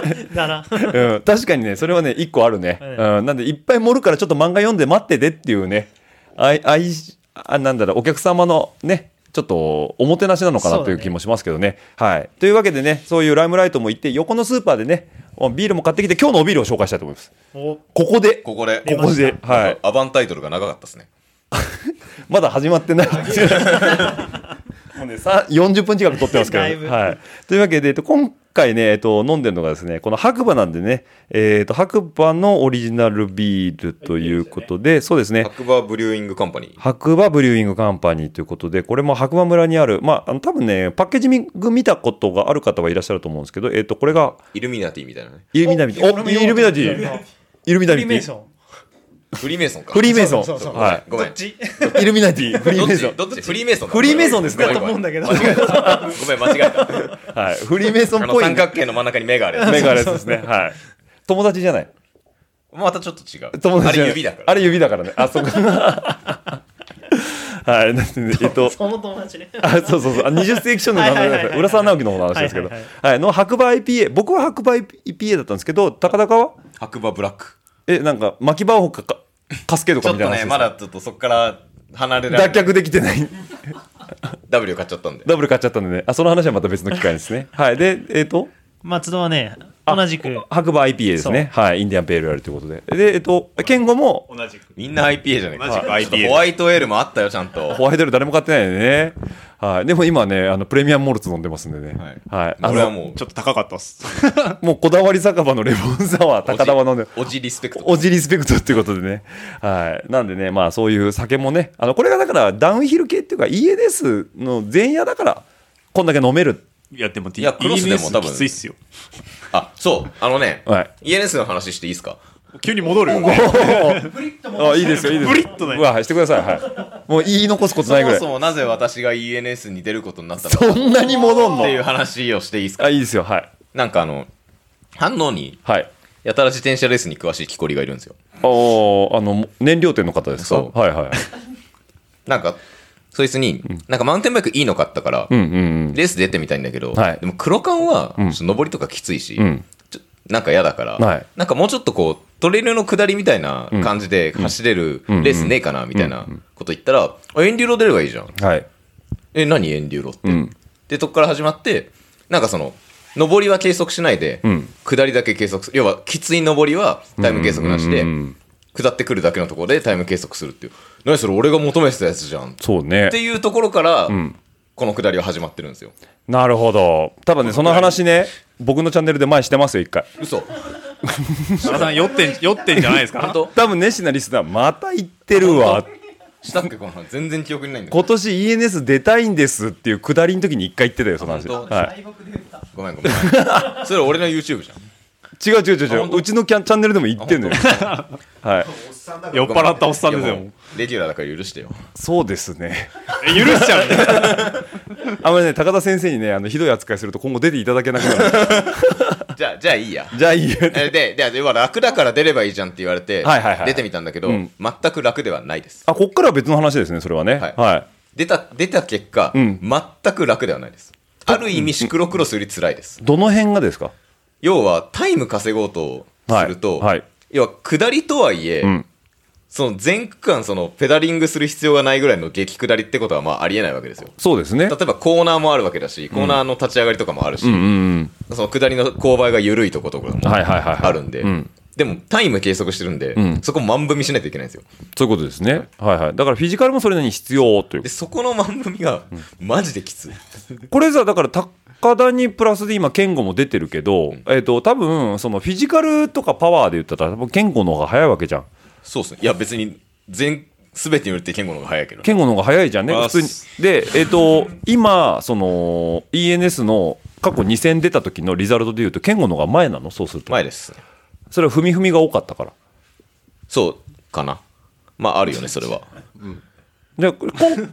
Speaker 4: ね
Speaker 7: だな。
Speaker 1: うん。確かにね、それはね、一個あるね、
Speaker 7: は
Speaker 1: うん。なんで、いっぱい盛るから、ちょっと漫画読んで待っててっていうね、あいあいあなんだろう、お客様のね、ちょっとおもてなしなのかなという気もしますけどね。はい、というわけでね、そういうライムライトも行って、横のスーパーでね、ビールも買ってきて、今日のおビールを紹介したいと思います。
Speaker 7: お
Speaker 1: ここで、
Speaker 4: ここで
Speaker 1: ここで、は
Speaker 4: はい
Speaker 1: い、
Speaker 4: アバンタイトルが長かったですね
Speaker 1: まだ始まって ない。もうね、さ40分近く撮ってますけ
Speaker 7: だいぶ
Speaker 1: ど、はい。というわけで、えっと、今回ね、えっと、飲んでるのがですね、この白馬なんでね、えっと、白馬のオリジナルビールということで、そうですね。
Speaker 4: 白馬ブリューイングカンパニー
Speaker 1: 白馬ブリューイングカンパニーということで、これも白馬村にある、まあ、あの多分ね、パッケージ見見たことがある方はいらっしゃると思うんですけど、えっと、これが、
Speaker 4: イルミナティみたいなね
Speaker 1: イルミナミ、お、イルミナティ、イルミナテ
Speaker 7: フ
Speaker 1: ィ
Speaker 7: リーメイソン。
Speaker 4: フリーメイソンか
Speaker 1: フリーメイソン。
Speaker 7: そうそうそう
Speaker 1: はい。
Speaker 4: ごめん
Speaker 7: どっち
Speaker 1: イルミナティ、フリーメイソン。
Speaker 4: どっちどっちフリーメイソンだ
Speaker 1: フリーメイソンですね
Speaker 4: ごめん
Speaker 7: だと思うん だけど
Speaker 4: ごめん間違えたごめん間違えた
Speaker 1: はい、フリーメイソン
Speaker 4: あ
Speaker 1: っ
Speaker 4: の
Speaker 1: ぽい
Speaker 4: 三角形の真ん中に目があ るやつ
Speaker 1: 目があるやつですね。はい。友達じゃない。
Speaker 4: またちょっと違う
Speaker 1: 友達じゃ
Speaker 4: あ
Speaker 1: ない
Speaker 4: れ指だから
Speaker 1: あれ指だからね。あ、そこ。はい。なんでねえっと、
Speaker 7: その友達ね。
Speaker 1: あそうそうそう。あ20世紀初の名
Speaker 7: はい
Speaker 1: 前
Speaker 7: はいはい
Speaker 1: で
Speaker 7: は
Speaker 1: す。
Speaker 7: い
Speaker 1: 浦沢直樹の方の話ですけど。
Speaker 7: はい
Speaker 1: は
Speaker 7: はい
Speaker 1: い。の白馬 IPA。僕は白馬 IPA だったんですけど、高田は
Speaker 4: 白馬ブラック
Speaker 1: え、なんか、巻き場をかか、カスケと
Speaker 4: ち
Speaker 1: か
Speaker 4: ょっ
Speaker 1: みたいな話
Speaker 4: とね
Speaker 1: です
Speaker 4: まだちょっとそこから離れられ
Speaker 1: 脱
Speaker 4: ない
Speaker 1: 却できてない。
Speaker 4: W 買っちゃったんで
Speaker 1: ダブル買っちゃったんでね。あ、その話はまた別の機会ですね。はい。で、えっと、
Speaker 7: 松戸はね、同じく。
Speaker 1: 白馬 IPA ですね。はい。インディアンペールあるということで。で、えっと、健吾も、
Speaker 5: 同じく。
Speaker 4: みんな IPA じゃない
Speaker 5: マジか IPA
Speaker 4: ちょっとホワイトエールもあったよちゃんと
Speaker 1: ホワイトエール誰も買ってないよね。はい。でも今ね、あの、プレミアムモルツ飲んでますんでね。はい。あ
Speaker 4: 俺は
Speaker 1: の、
Speaker 4: もう
Speaker 5: ちょっと高かったっす。
Speaker 1: もうこだわり酒場のレモンサワー、高田は飲んで、
Speaker 4: おじリスペクト
Speaker 1: おじリスペクトっていうことでね。はい。なんでね、まあそういう酒もね、あの、これがだからダウンヒル系っていうか ENS の前夜だから、こんだけ飲める。
Speaker 5: いや、でも、い
Speaker 4: やクロスでも多分
Speaker 5: きついっすよ。
Speaker 4: あそうあのね
Speaker 1: はい
Speaker 4: ENS の話していいですか
Speaker 5: 急に戻るよ。
Speaker 1: あ、いいですよ、いいですよ。
Speaker 5: ブリッとね
Speaker 1: うわ、してください。はい。もう言い残すこと
Speaker 4: そ
Speaker 1: ないぐ
Speaker 4: も
Speaker 1: らい。
Speaker 4: そもなぜ私が ENS に出ることになったのか
Speaker 1: そんなに戻ん
Speaker 4: っていう
Speaker 1: の
Speaker 4: 話をしていいですか
Speaker 1: あ、いいですよ、はい。
Speaker 4: なんかあの反応に
Speaker 1: はい。
Speaker 4: やたら自転車レースに詳しい木こりがいるんですよ
Speaker 1: おーあの、燃料店の方ですか
Speaker 4: そう
Speaker 1: はいはい。
Speaker 4: なんかそいつに、なんかマウンテンバイクいいの買ったから、
Speaker 1: うんうん
Speaker 4: レース出てみたいんだけど、
Speaker 1: はい
Speaker 4: でも黒缶は、
Speaker 1: ん
Speaker 4: ちょっと上りとかきついし、
Speaker 1: うん。うん。
Speaker 4: ちょなんか嫌だから、
Speaker 1: はい
Speaker 4: なんかもうちょっとこう、トレイルの下りみたいな感じで走れるレ
Speaker 1: ん
Speaker 4: ースねえかなみたいなこと言ったら、あエンデューロ出ればいいじゃん。
Speaker 1: はい。
Speaker 4: え、何エンデューロって。
Speaker 1: うん。
Speaker 4: で、とこから始まって、なんかその、上りは計測しないで、
Speaker 1: ん
Speaker 4: 下りだけ計測する。要は、きつい上りはタイム計測なしで
Speaker 1: うんうんうん、
Speaker 4: 下ってくるだけのところでタイム計測するっていう。何それ俺が求めてたやつじゃん。っ
Speaker 1: そうね
Speaker 4: て。いうところから、
Speaker 1: ん
Speaker 4: この下りは始まってるんですよ。
Speaker 1: なるほど。多分ね、その話ね、僕のチャンネルで前してますよ、一回。
Speaker 4: 嘘
Speaker 5: 原さん、酔ってん、酔ってんじゃないですか
Speaker 4: 本当
Speaker 1: 多分熱心なリスナー、また行ってるわ。
Speaker 4: したっけこの話全然記憶にないんだけど
Speaker 1: 今年 ENS 出たいんですっていうくだりの時に一回言ってたよ、その話。
Speaker 4: 本当
Speaker 1: はい、
Speaker 4: ごめんごめん。それ俺の YouTube じゃん。
Speaker 1: 違う違う違う
Speaker 4: あ
Speaker 1: 違
Speaker 4: 本
Speaker 1: う。
Speaker 4: 当
Speaker 1: うちのキャンチャンネルでも言ってんのよ。はい。
Speaker 5: 酔っ払ったおっさんです
Speaker 4: いやも
Speaker 5: よ
Speaker 4: う。。レギュラーだから許してよ。
Speaker 1: そうですね。
Speaker 5: え許しちゃうんだよ。
Speaker 1: あんまりね、高田先生にね、あの、ひどい扱いすると今後出ていただけなくなる。
Speaker 4: じゃあ、じゃあいいや。
Speaker 1: じゃあいいよ。
Speaker 4: えで、で、要は楽だから出ればいいじゃんって言われて、
Speaker 1: はいはいはい
Speaker 4: 出てみたんだけど、
Speaker 1: うん
Speaker 4: 全く楽ではないです。
Speaker 1: あ、こっからは別の話ですね、それはね。は
Speaker 4: はいい。出た、出た結果、
Speaker 1: うん
Speaker 4: 全く楽ではないです。ある意味シクロクロスより辛いです。
Speaker 1: どの辺がですか
Speaker 4: 要は、タイム稼ごうとすると、
Speaker 1: はいはい
Speaker 4: 要は、下りとはいえ、
Speaker 1: うん。
Speaker 4: その全区間、その、ペダリングする必要がないぐらいの激下りってことは、まあ、ありえないわけですよ。
Speaker 1: そうですね
Speaker 4: 例。えば、コーナーもあるわけだし、コーナーの立ち上がりとかもあるし、
Speaker 1: うんうんうん。
Speaker 4: その下りの勾配が緩いとことかも
Speaker 1: はいはいはいはい
Speaker 4: あるんで、
Speaker 1: うん
Speaker 4: でもタイム計測してるんで、
Speaker 1: ん
Speaker 4: そこ万踏みしないといけないんですよ
Speaker 1: そういうことですね。はいはい。だからフィジカルもそれなりに必要という
Speaker 4: で。そこの万踏みがマジできつい、
Speaker 1: これさ、だから高田にプラスで今、健吾も出てるけど、えっ、と、多分、そのフィジカルとかパワーで言ったら、多分健吾の方が早いわけじゃん。
Speaker 4: そうっすねいや別に全全てによって健吾の方が早いけど
Speaker 1: 健吾の方が早いじゃんね、普
Speaker 4: あ
Speaker 1: 通に。で、えっ、と、今、その、ENS の過去2戦出た時のリザルトで言うと、健吾の方が前なのそうすると。
Speaker 4: 前ですね
Speaker 1: それは踏み踏みが多かったから。
Speaker 4: そうかなまああるよねそれ は
Speaker 1: でこ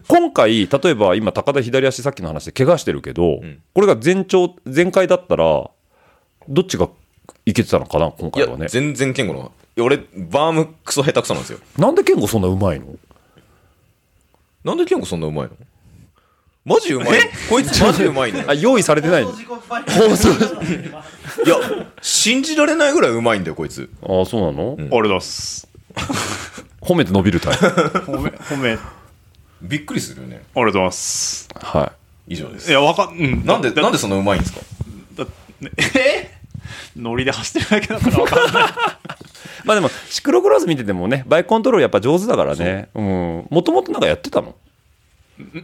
Speaker 1: 今回、例えば今、高田左足、さっきの話で怪我してるけど、
Speaker 4: ん
Speaker 1: これが前兆、前回だったら、どっちがいけてたのかな、今
Speaker 4: い
Speaker 1: 回
Speaker 4: や
Speaker 1: はね。
Speaker 4: 全然健吾の方がいや俺バームクソ下手くそなんですよ
Speaker 1: なんで健吾そんなうまいの
Speaker 4: なんで健吾そんなうまいのマジうまいのこいつマジうまいね
Speaker 1: あ用意されてない
Speaker 4: いや信じられないぐらいうまいんだよこいつ
Speaker 1: ああそうなの、
Speaker 5: 俺だっす。
Speaker 1: 褒めて伸びるタイプ
Speaker 5: 褒め、褒め、
Speaker 4: びっくりするよね
Speaker 5: 俺だっす。
Speaker 1: はい
Speaker 4: 以上です
Speaker 5: いや、わかん、うん。
Speaker 4: なんで
Speaker 5: だ
Speaker 4: なんでそんなうまいんですか
Speaker 5: だねえノリで走ってるだけだからわかんない。
Speaker 1: まあでもシクロクロス見ててもねバイクコントロールやっぱ上手だからねうんもともとなんかやってたの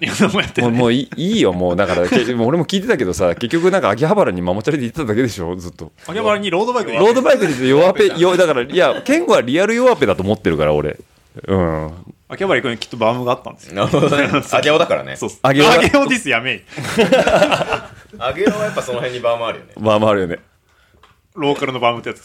Speaker 5: いや、でもやって
Speaker 1: もう
Speaker 5: ない。
Speaker 1: もういいいいよもうだからけもう俺も聞いてたけどさ結局なんか秋葉原にママチャリで行ってただけでしょずっと
Speaker 5: 秋葉原にロードバイクで
Speaker 1: ロードバイクで弱ペよだからいや健吾はリアル弱ペだと思ってるから俺うん
Speaker 5: 秋葉原行くのにきっとバームがあったんですよ。
Speaker 4: なるほどねアゲオだからね
Speaker 5: そうっす。
Speaker 1: 上
Speaker 5: 上
Speaker 1: げ
Speaker 5: げ
Speaker 1: よう
Speaker 5: ようですやめい。
Speaker 4: アゲオはやっぱその辺にバームあるよね
Speaker 1: まあまああるよね
Speaker 5: ローカルのバームってやつ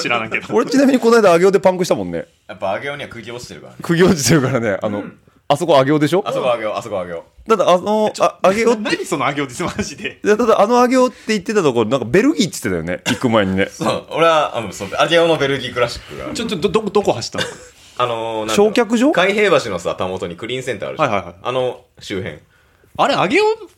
Speaker 5: 知らないけど。
Speaker 1: 俺ちなみにこの間上げようでパンクしたもんね
Speaker 4: やっぱアゲオには釘落ちてるからね
Speaker 1: 釘落ちてるからねあの、あそこ上げようでしょ
Speaker 4: あそこアゲオあそこアゲオ
Speaker 1: ただあのあ上げようって
Speaker 5: 何その上げようですマジで。
Speaker 1: いやただあの上げようって言ってたところなんかベルギーって言ってたよね行く前にね
Speaker 4: そう俺はあのそうアゲオのベルギークラシックがある
Speaker 5: ちょ、ちょ、ど、どこ、どこ走ったの
Speaker 4: あのーなんだろう
Speaker 1: 焼却場
Speaker 4: 開平橋のさたもとにクリーンセンターあるじゃん
Speaker 5: はいはいはい
Speaker 4: あの周辺
Speaker 5: あれ、上げよう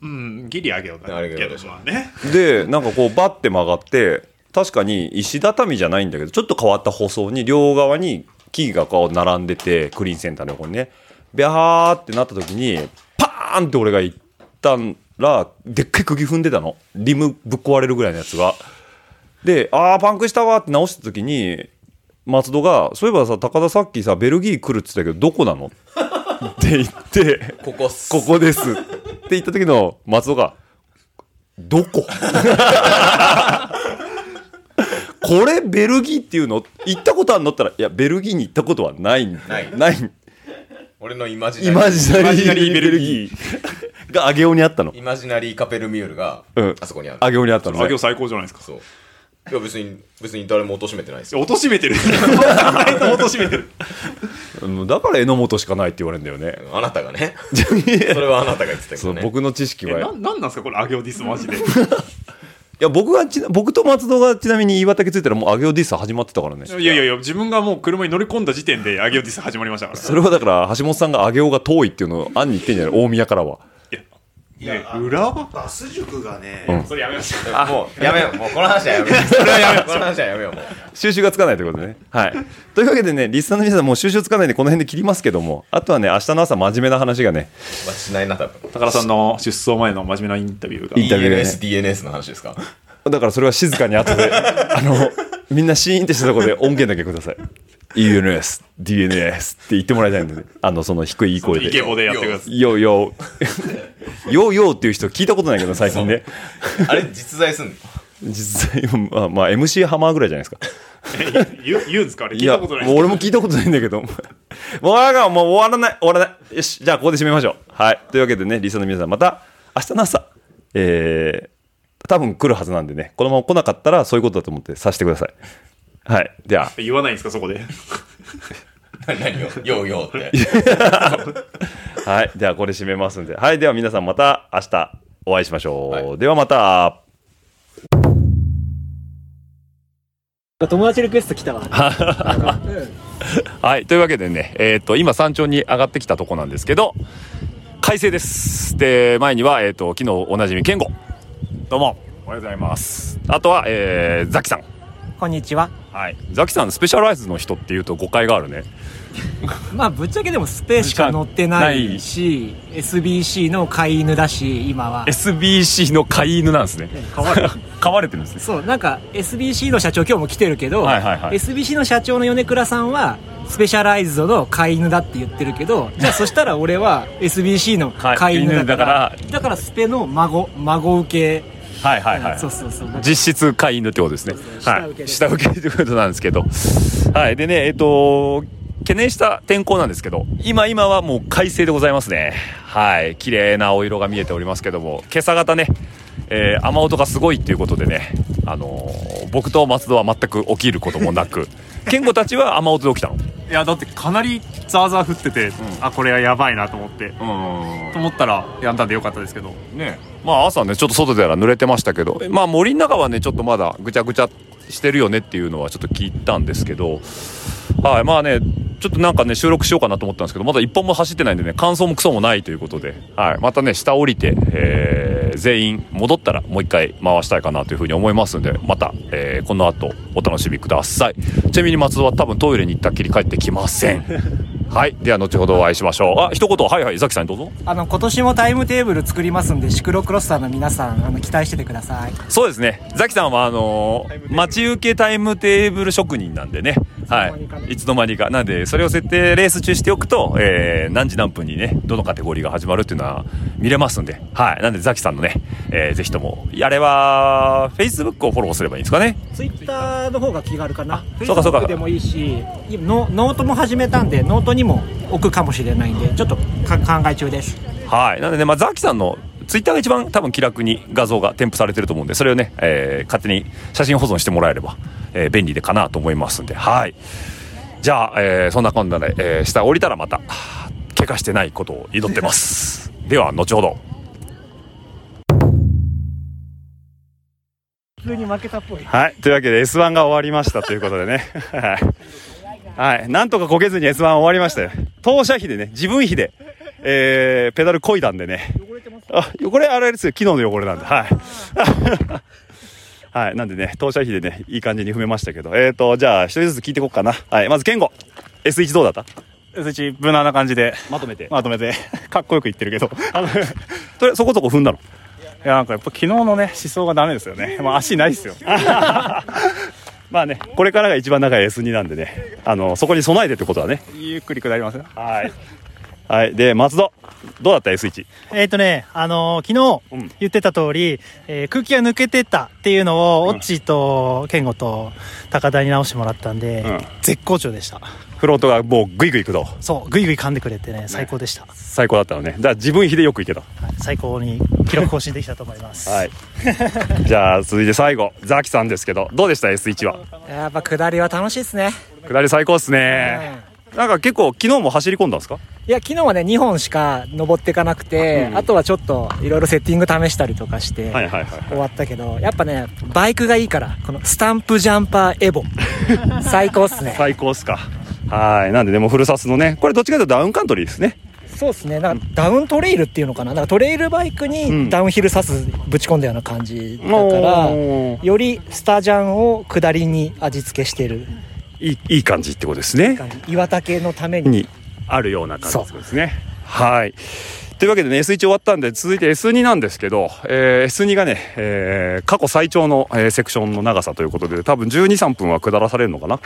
Speaker 5: うん、ギリ上げようだ
Speaker 4: あ
Speaker 5: ね
Speaker 4: れ上げよう
Speaker 5: け
Speaker 4: でし
Speaker 5: ど、
Speaker 4: ょ
Speaker 5: まあね。
Speaker 1: でなんかこうバッて曲がって確かに石畳じゃないんだけどちょっと変わった舗装に両側に木々がこう並んでてクリーンセンターの横にねビャーってなった時にパーンって俺が行ったらでっかい釘踏んでたのリムぶっ壊れるぐらいのやつが。で、あー、パンクしたわって直した時に、松戸が、そういえばさ、高田さっきさ、ベルギー来るって言ってたけど、どこなのって言って、
Speaker 4: ここっす
Speaker 1: ここですって言った時の松戸が、どここれベルギーっていうの行ったことあるのって言ったら、いや、ベルギーに行ったことはないんだ
Speaker 4: ない
Speaker 1: ない。
Speaker 4: 俺のイマジ
Speaker 1: イ
Speaker 4: ナ
Speaker 1: マ
Speaker 4: リー
Speaker 1: ジナリーベルギーが上尾にあったの。
Speaker 4: イマジナリーカペルミュールが
Speaker 1: うん
Speaker 4: あそこにある
Speaker 1: 上尾にあったの
Speaker 5: 上げよう
Speaker 1: ね。
Speaker 5: 最高じゃないですか。
Speaker 4: そういや別に別に誰も貶めてないですよ
Speaker 5: 落とし めてる。落としめてる。
Speaker 1: うんだから榎本しかないって言われるんだよね。
Speaker 4: あなたがね それはあなたが言ってたけ
Speaker 1: そ
Speaker 4: ど
Speaker 1: う
Speaker 4: ね
Speaker 1: 僕の知識
Speaker 5: え、
Speaker 1: は。
Speaker 5: なん、なんなんすか、これ、上げようですマジで。
Speaker 1: いや僕がちな僕と松戸がちなみに岩竹ついたらもう上げようディス始まってたからね
Speaker 5: いやいやいや、自分がもう車に乗り込んだ時点で、上げようです始まりましたから。
Speaker 1: それはだから橋本さんが上げようが遠いっていうのを案に言ってんじゃない大宮からは
Speaker 6: いや、あ
Speaker 5: 裏は
Speaker 6: バス塾がね、
Speaker 5: それやめまし
Speaker 4: もうやめようもうこの話はやめようそれはやめようこの話はやめようもう
Speaker 1: 収集がつかないということでねはいというわけでねリスナーの皆さんもう収集つかないんでこの辺で切りますけどもあとはね明日の朝真面目な話がね
Speaker 4: まあしないな多分
Speaker 5: 高田さんの出走前の真面目なインタビューが
Speaker 1: い。インタビューでね
Speaker 4: DNSDNS の話ですか
Speaker 1: だからそれは静かに後で あのみんなシーンってしたところで音源だけください ENS DNS って言ってもらいたいのであのその低いいい声で
Speaker 5: イケボでやってください。
Speaker 1: ようようようようっていう人聞いたことないけど最近ね
Speaker 4: あれ実在すんの
Speaker 1: 実際、まあ、まあ、MC ハマーぐらいじゃないですか。
Speaker 5: え 言う言うんですか あれ聞いたことない
Speaker 1: もう俺も聞いたことないんだけど。も う、あがもう終わらない、終わらない。よし、じゃあ、ここで締めましょう。はい。というわけでね、リスナーの皆さん、また、明日の朝、えー、多分来るはずなんでね、このまま来なかったら、そういうことだと思って、さしてください。はい。では、
Speaker 5: 言わないんですか、そこで。
Speaker 4: 何をようようって
Speaker 1: はい。では、これ締めますんで。はい。では、皆さん、また明日、お会いしましょう。
Speaker 4: は
Speaker 1: では、また。
Speaker 9: 友達リクエスト来たわ。
Speaker 1: はい、というわけでね、えっと今山頂に上がってきたとこなんですけど快晴ですで前には、えっと昨日おなじみ健吾どうもおはようございますあとは、えー、ザキさん
Speaker 9: こんにちは。
Speaker 8: はい、ザキさんスペシャライズの人っていうと誤解があるね
Speaker 7: まあぶっちゃけでもスペしか乗ってないし SBC の飼い犬だし今は
Speaker 8: SBC の飼い犬なんですね
Speaker 7: 飼われ
Speaker 8: 飼われてるんです ね
Speaker 7: そうなんか SBC の社長今日も来てるけど、
Speaker 8: はいはいはい
Speaker 7: SBC の社長の米倉さんはスペシャライズドの飼い犬だって言ってるけど じゃあそしたら俺は SBC の飼い犬だから
Speaker 8: 飼い
Speaker 7: だからスペの孫孫受け、
Speaker 8: はいはいはい
Speaker 7: そうそうそう
Speaker 8: 実質飼い犬ってことですね
Speaker 7: そう。そう
Speaker 8: は
Speaker 7: 下請け
Speaker 8: い、
Speaker 7: です
Speaker 8: 下請けということなんですけど、はい、でね、えっと、懸念した天候なんですけど、今、今はもう快晴でございますね。はい、綺麗なお色が見えておりますけども、今朝方ね、えー雨音がすごいっていうことでね、あのー僕と松戸は全く起きることもなく、健吾たちは雨音で起きたの。
Speaker 5: いやだってかなりザーザー降ってて、あこれはやばいなと思って、と思ったらやんだんでよかったですけど
Speaker 8: ねまあ朝ねちょっと外でら濡れてましたけどまあ森の中はねちょっとまだぐちゃぐちゃしてるよねっていうのはちょっと聞いたんですけどはいまあねちょっとなんかね収録しようかなと思ったんですけどまだ一本も走ってないんでね感想もクソもないということで、はい、またね下降りて、えー全員戻ったらもう一回回したいかなというふうに思いますんでまた、えーこの後お楽しみくださいちなみに松戸は多分トイレに行ったっきり帰ってきませ んはいでは後ほどお会いしましょうあ一言はいはいザキさんどうぞ
Speaker 7: あの今年もタイムテーブル作りますんでシクロクロスターの皆さんあの期待しててください
Speaker 8: そうですね。ザキさんは、あのー待ち受けタイムテーブル職人なんでね。は
Speaker 7: 間にかね
Speaker 8: い。いつの間にか。なんで、それを設定、レース中しておくと、えー、何時何分にね、どのカテゴリーが始まるっていうのは見れますんで。はい。なんで、ザキさんのね、えー、ぜひとも、あれは、Facebook をフォローすればいいんですかね。
Speaker 7: ツイッターの方が気軽かな
Speaker 8: そうかそうか
Speaker 7: Facebook でもいいしノノートも始めたんでノートにも置くかもしれないんでちょっとか考え中です
Speaker 8: はい。なんでね、まあ、ザキさんの、ツイッターが一番多分気楽に画像が添付されてると思うんで、それをね、えー勝手に写真保存してもらえれば、えー便利でかなと思いますんで、はい。じゃあ、えーそんなこんなで、えー下降りたらまた、はぁ怪我してないことを祈ってます。では、後ほど。
Speaker 7: 普通に負けたっぽい
Speaker 1: はい、というわけで S1 が終わりましたということでね。 はい、はい、なんとかこけずに S1 終わりましたよ。当社費でね、自分費で、えー、ペダルこいだんでね。汚れてますあ、汚れあれですよ、昨日の汚れなんで。はい。 はい、なんでね、当社費でね、いい感じに踏めましたけど。えーと、じゃあ、一人ずつ聞いていこうかな。はい、まず、健吾。S1 どうだった
Speaker 10: う無難な感じで
Speaker 8: まとめて。
Speaker 10: まとめてかっこよく言ってるけど
Speaker 8: とりあえずそこそこ踏んだの。
Speaker 10: いやなんかやっぱ昨日のね思想がダメですよね、まあ、足ないですよ
Speaker 8: まあね、これからが一番長い S2 なんでね、あの、そこに備えてってことだね。
Speaker 10: ゆっくり下ります
Speaker 8: はい。はい。で、松戸。どうだった ?S1。
Speaker 11: えっ、とね、あのー昨日言ってた通り、えー空気が抜けてったっていうのを、オッチーと健吾と高田に直してもらったんで、
Speaker 8: うん
Speaker 11: 絶好調でした。
Speaker 8: フロートがもうグイグイ行くと。
Speaker 11: そう、ぐいぐい噛んでくれてね、最高でした。
Speaker 8: 最高だったのね。じゃあ自分比でよくいけた。
Speaker 11: はい最高に記録更新できたと思います。
Speaker 8: はい。 じゃあ続いて最後、ザキさんですけど、どうでした S1 は。
Speaker 7: やっぱ下りは楽しいですね
Speaker 8: 下り最高っすね。なんか結構昨日も走り込んだんですか
Speaker 7: いや昨日はね2本しか登っていかなくて、あとはちょっといろいろセッティング試したりとかして、
Speaker 8: はいはいはい。
Speaker 7: 終わったけどやっぱねバイクがいいからこのスタンプジャンパー エボ最高っすね
Speaker 8: 最高っすか。はい。なんででもフルサスのね、これどっちかというとダウンカントリーですね。
Speaker 7: そうですねなんかダウントレイルっていうのかななんかトレイルバイクにダウンヒルサスぶち込んだような感じだから、
Speaker 8: おー
Speaker 7: よりスタジャンを下りに味付けしてる
Speaker 8: いい、いい感じってことですね。
Speaker 7: 感じ岩竹のために
Speaker 8: にあるような感じですね。はい。というわけでね、S1 終わったんで、続いて S2 なんですけど、えー S2 がね、えー過去最長の、えーセクションの長さということで、多分12、3分は下らされるのかな。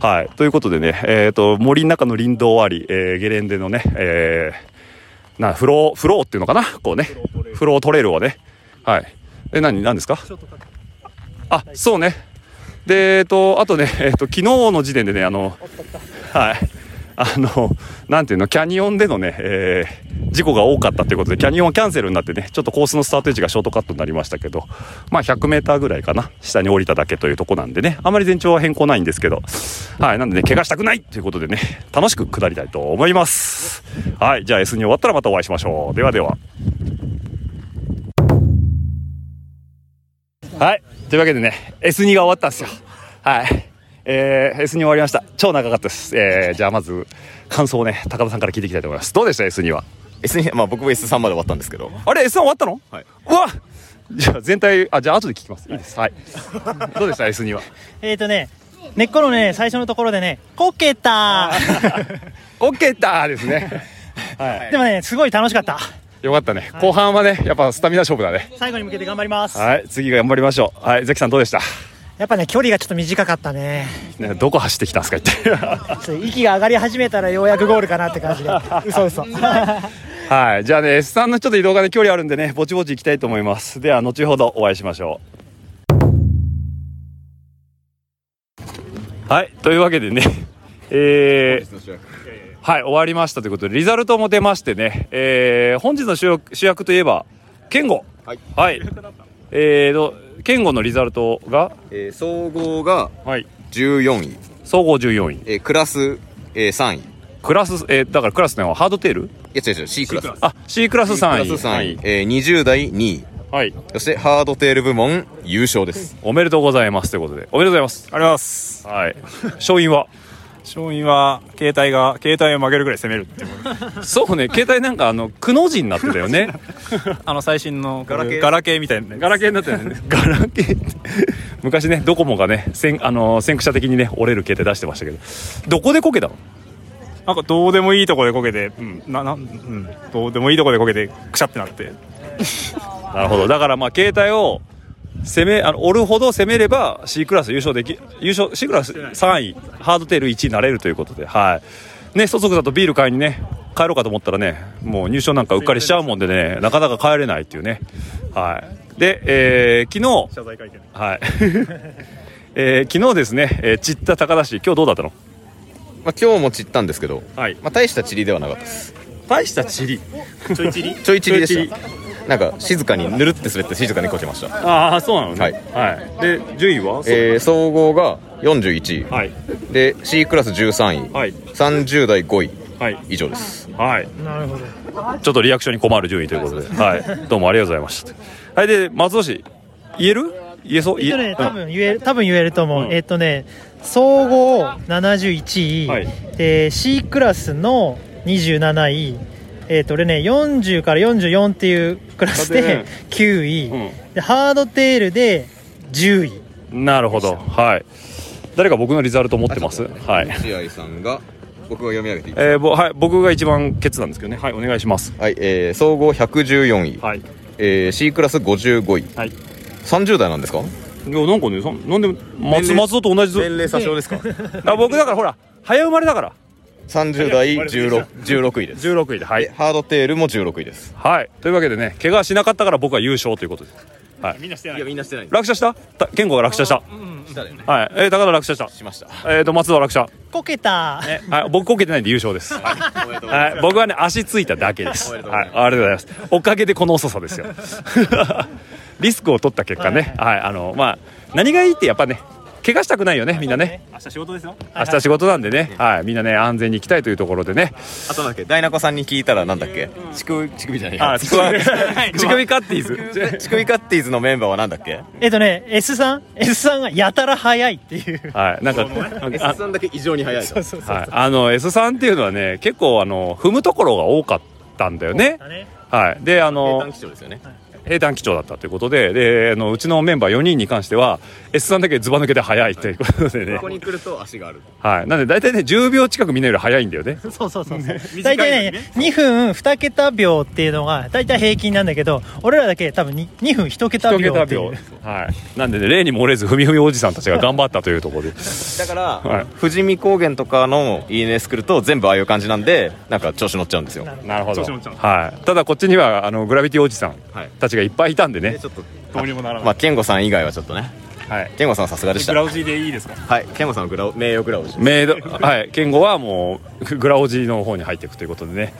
Speaker 8: はい。ということでね、えっ、と、森の中の林道あり、えーゲレンデのね、えーな、フロー、フローっていうのかなこうね、フロートレールをね、はい。え、何、何ですかあ、そうね。で、えっ、と、あとね、えっ、と、昨日の時点でね、あの、はい。あの、なんていうの、キャニオンでのね、えー事故が多かったということで、キャニオンはキャンセルになってね、ちょっとコースのスタート位置がショートカットになりましたけど、まあ100メーターぐらいかな、下に降りただけというとこなんでね、あまり全長は変更ないんですけど、はい、なんでね、怪我したくないということでね、楽しく下りたいと思います。はい、じゃあ S に終わったらまたお会いしましょう。ではでは。はい。というわけでね、S2 が終わったんですよ。はい。えー、S2 終わりました。超長かったです。えー、じゃあまず、感想をね、高田さんから聞いていきたいと思います。どうでした ?S2 は。
Speaker 4: S2 まあ僕も S3 まで終わったんですけど
Speaker 8: あれ ?S3 終わったの
Speaker 4: はい。
Speaker 8: うわ じゃあ全体、あ、じゃあ後で聞きます。いいです。はい。どうでした ?S2 は。
Speaker 11: えっ、とね、
Speaker 7: 根っこのね、最初のところでね、こけた
Speaker 1: こけたですね。はい。
Speaker 7: でもね、すごい楽しかった。
Speaker 1: よかったね。後半はね、やっぱスタミナ勝負だね。
Speaker 7: 最後に向けて頑張ります。
Speaker 1: はい。次頑張りましょう。はい。ゼキさんどうでした
Speaker 7: やっぱね、距離がちょっと短かったね。
Speaker 1: ねどこ走ってきたんですか一体。
Speaker 7: そう息が上がり始めたらようやくゴールかなっ て感じで。嘘嘘。
Speaker 1: はい。じゃあね、S さんのちょっと移動がね、距離あるんでね、ぼちぼち行きたいと思います。では、後ほどお会いしましょう。はい。というわけでね、 えー、はい、終わりましたということで、リザルトも出ましてね、えー、本日の主役主役といえば、ケンゴ。はい。えーと、ケンゴのリザルトが、
Speaker 4: えー総合が14位、
Speaker 1: 総合14位、
Speaker 4: えークラス、えー3位
Speaker 1: クラス、えーだからクラスのハードテールい
Speaker 4: や違う違う C クラス
Speaker 1: あ C クラス3位
Speaker 4: クラス3位、えー20代2位
Speaker 1: はい
Speaker 4: そしてハードテール部門優勝です
Speaker 1: おめでとうございますということでおめでとうございます
Speaker 5: ありがとうございます
Speaker 1: はい勝因は
Speaker 5: 勝因は携帯が携帯を曲げるぐらい攻めるっていう
Speaker 1: そうね携帯なんかあのくの字になってたよ ね
Speaker 5: あの最新のガ
Speaker 1: ラケー
Speaker 5: ガラケーみたいなガラ
Speaker 1: ケーになってる ガラケーって昔ねドコモがね先,、あの先駆者的にね折れる携帯出してましたけどどこでこけたの
Speaker 5: なんかどうでもいいとこでこけて、うん、な、な、うん、どうでもいいとこでこけて、くしゃってなって。
Speaker 1: なるほどだからまあ携帯を攻めあの折るほど攻めれば C クラス優勝でき優勝 C クラス3位ハードテール1位になれるということではいねそだとビール買いにね帰ろうかと思ったらねもう入賞なんかうっかりしちゃうもんでねなかなか帰れないっていうねはいで、えー昨日
Speaker 5: 謝罪会見。
Speaker 1: はい えー昨日ですね、えー、散った高田市今日どうだったの
Speaker 4: まあ、今日も散ったんですけど、まあ、大した散りではなかったです
Speaker 1: 大した散り
Speaker 4: ちょい散りちょい散りでしたなんか静かにぬるって滑って静かにこけました
Speaker 1: ああそうなのね
Speaker 4: はい、
Speaker 1: で順位は
Speaker 4: えー総合が41位、で C クラス13位、30代5位、以上です
Speaker 1: はいちょっとリアクションに困る順位ということで、はい、どうもありがとうございました。はい、で、松戸市、言える言えそう
Speaker 7: えっ
Speaker 1: 言
Speaker 7: と
Speaker 1: え
Speaker 7: ね、多分言える、多分言えると思う。えっとね、総合71位、で、C クラスの27位、えっと、俺ね、40から44っていうクラス
Speaker 1: だっ
Speaker 7: で
Speaker 1: てね
Speaker 7: 9位、で、ハードテールで10位。
Speaker 1: うんなるほど。はい。誰か僕のリザルト持ってますはい。
Speaker 4: 試合さんが僕が読み上げていい
Speaker 1: えーぼはい、僕が一番ケツなんですけどね。はい、お願いします。
Speaker 4: はい、えー総合114位、えー C クラス55位、30代なんですか
Speaker 1: いやなんかねさなんで松松戸と同じ年齢
Speaker 4: 詐称ですか
Speaker 1: あ僕だからほら早生まれだから
Speaker 4: 30代 16, 16位です
Speaker 1: 16位ではい
Speaker 4: ハードテールも16位です
Speaker 1: はい。というわけでね、怪我しなかったから僕は優勝ということです。はい。
Speaker 4: みんなしてないいやみんなしてない
Speaker 1: 落車したた健吾が落車した。
Speaker 4: したよね
Speaker 1: はい。えー、高田落車した。しました。えーと、松戸は落車。
Speaker 7: こけた、
Speaker 1: はい、僕こけてないんで優勝です。はい、僕はね足ついただけです。はい、ありがとうございます。おかげでこの遅さですよ。 リスクを取った結果ね、はい、あのまあ何がいいってやっぱね、怪我したくないよね、みんなね。
Speaker 5: 明日仕事ですよ。
Speaker 1: 明日仕事なんでね、はい、みんなね安全に行きたいというところでね。
Speaker 4: あとなんだっけダイナコさんに聞いたらなんだっけ乳首乳首じゃない
Speaker 1: あ乳首 乳首カッティ
Speaker 4: ーズ乳首カッティーズのメンバーはなんだっけ
Speaker 7: えっとね、S さん ?S さんがやたら早いっていう。
Speaker 1: はい、なんか、あ
Speaker 4: S さんだけ異常に早い
Speaker 7: そうそうそう。
Speaker 1: はい、あの S さんっていうのはね結構あの踏むところが多かったんだよね。はい、であの
Speaker 4: 平坦基調ですよね
Speaker 1: 平坦基調だったということでであのうちのメンバー4人に関しては S さんだけずば抜けて早いということでね
Speaker 4: ここ、に来ると足がある
Speaker 1: はい、なんで大体ね10秒近くみんなより早いんだよね。
Speaker 7: そうそうそうそう。大体ね、2分2桁秒っていうのが大体平均なんだけど、俺らだけ多分 2, 2分1桁秒っていう。
Speaker 1: はい、なんでね例に漏れず踏み踏みおじさんたちが頑張ったというところで
Speaker 4: だから、
Speaker 1: はい
Speaker 4: 富士見高原とかの ENS 来ると全部ああいう感じなんでなんか調子乗っちゃうんですよ
Speaker 1: なるほど、はい、ただこっちにはあのグラビティおじさんたちがいっぱいいたんでね、
Speaker 5: どうにもならない。
Speaker 4: まあ健吾さん以外はちょっとね
Speaker 1: はい
Speaker 4: 健吾さんはさすがでした
Speaker 5: ブラウジーでいいですか
Speaker 4: はい健吾さんはグラウ名誉グラウジ
Speaker 1: メイド、はい、健吾はもうグラオジの方に入っていくということでね。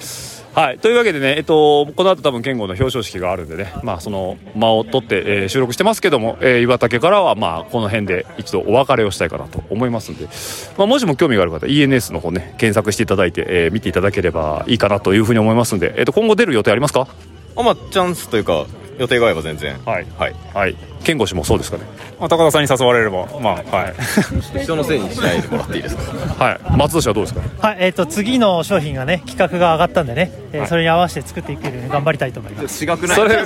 Speaker 1: はい、というわけでね、えっと、この後多分健吾の表彰式があるんでね、まあ、その間を取って、えー収録してますけども、えー岩竹からは、まあ、この辺で一度お別れをしたいかなと思いますんで、まあ、もしも興味がある方、ENS の方ね、検索していただいて、えー見ていただければいいかなというふうに思いますんで、えっと、今後出る予定ありますか
Speaker 4: あまあチャンスというか予定があれば全然はいはい、
Speaker 1: はい、健吾氏もそうですかね
Speaker 5: まあ、高田さんに誘われれば、まあ、はい。
Speaker 4: 人のせいにしないでもらっていいです か
Speaker 1: はい、松戸氏はどうですか
Speaker 7: はい、えっ、と、次の商品がね、企画が上がったんでね、えー
Speaker 1: はい
Speaker 7: それに合わせて作っていけるように頑張りたいと思います。
Speaker 4: 違く
Speaker 1: それそれ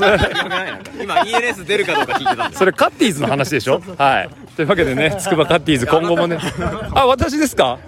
Speaker 4: 今 ENS 出るかどうか聞いてたんで
Speaker 1: それカッティーズの話でしょはい
Speaker 8: というわけで ね、つくばカッティーズ、今後もね、あ、私ですか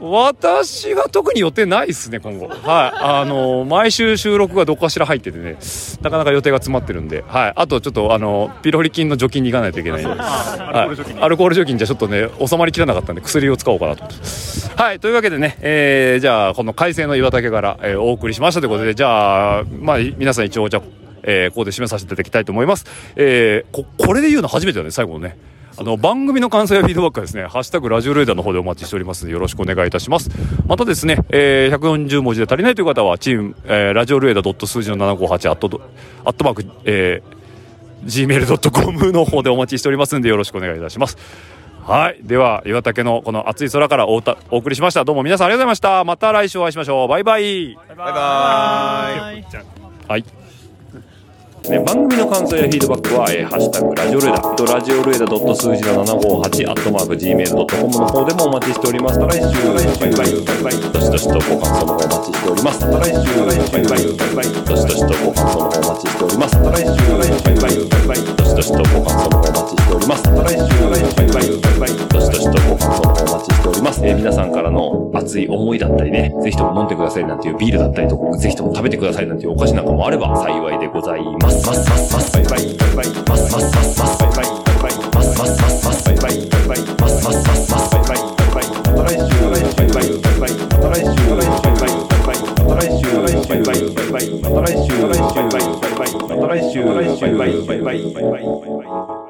Speaker 8: 私は特に予定ないですね、今後。はい。あの、毎週収録がどこかしら入っててね、なかなか予定が詰まってるんで、はい。あと、ちょっと、あの、ピロリ菌の除菌に行かないといけ ないんで、はい、アルコール除菌じゃちょっとね、収まりきらなかったんで、薬を使おうかなと思ってます。はい。というわけでね、えーじゃあ、この改正の岩竹から、えーお送りしましたということで、じゃあ、まあ、皆さん一応、じゃあ、えーここで締めさせていただきたいと思います。えーこ、これで言うの初めてだね、最後のね。あの番組の感想やフィードバックはですね、ハッシュタグラジオレーダーの方でお待ちしておりますので、よろしくお願いいたします。またですね、えー140文字で足りないという方は、チーム、えーラジオレーダー数字の758アット、アットマーク、えー、gmail.com の方でお待ちしておりますので、よろしくお願いいたします。はい。では、岩竹のこの暑い空からお歌お送りしました。どうも皆さんありがとうございました。また来週お会いしましょう。バイバイ。
Speaker 4: バイバ
Speaker 8: イ。はい。ね、番組の感想やフィードバックは、えーハッシュタグラジオルエダ」とラジオルエダ数字の758アットマーク Gmail.com の方でもお待ちしております。また来週、バイバイ、バイバイ、どしどしとご感想の方お待ちしております。また来週、バイバイ、バイバイ、どしどしとご感想の方お待ちしております。また来週、バイバイ、バイバイ、どしどしとご感想の方お待ちしております。また来週、バイバイ、バイバイ、どしどしとご感想の方お待ちしております。えー皆さんからの熱い思いだったりね、ぜひとも飲んでくださいなんていうビールだったりとか、ぜひとも食べてくださいなんていうお菓子なんかもあれば幸いでございます。ますますますバイバイバイバイますますますますバイバイバイバイますますますますバイバイバイバイますますますますバイバイバイバイまた来週バイバイバイバイまた来週バイバイバイバイまた来週バイバイバイバイまた来週バイバイバイバイまた来週バイバイバイバイまた来週バイバイバイバイ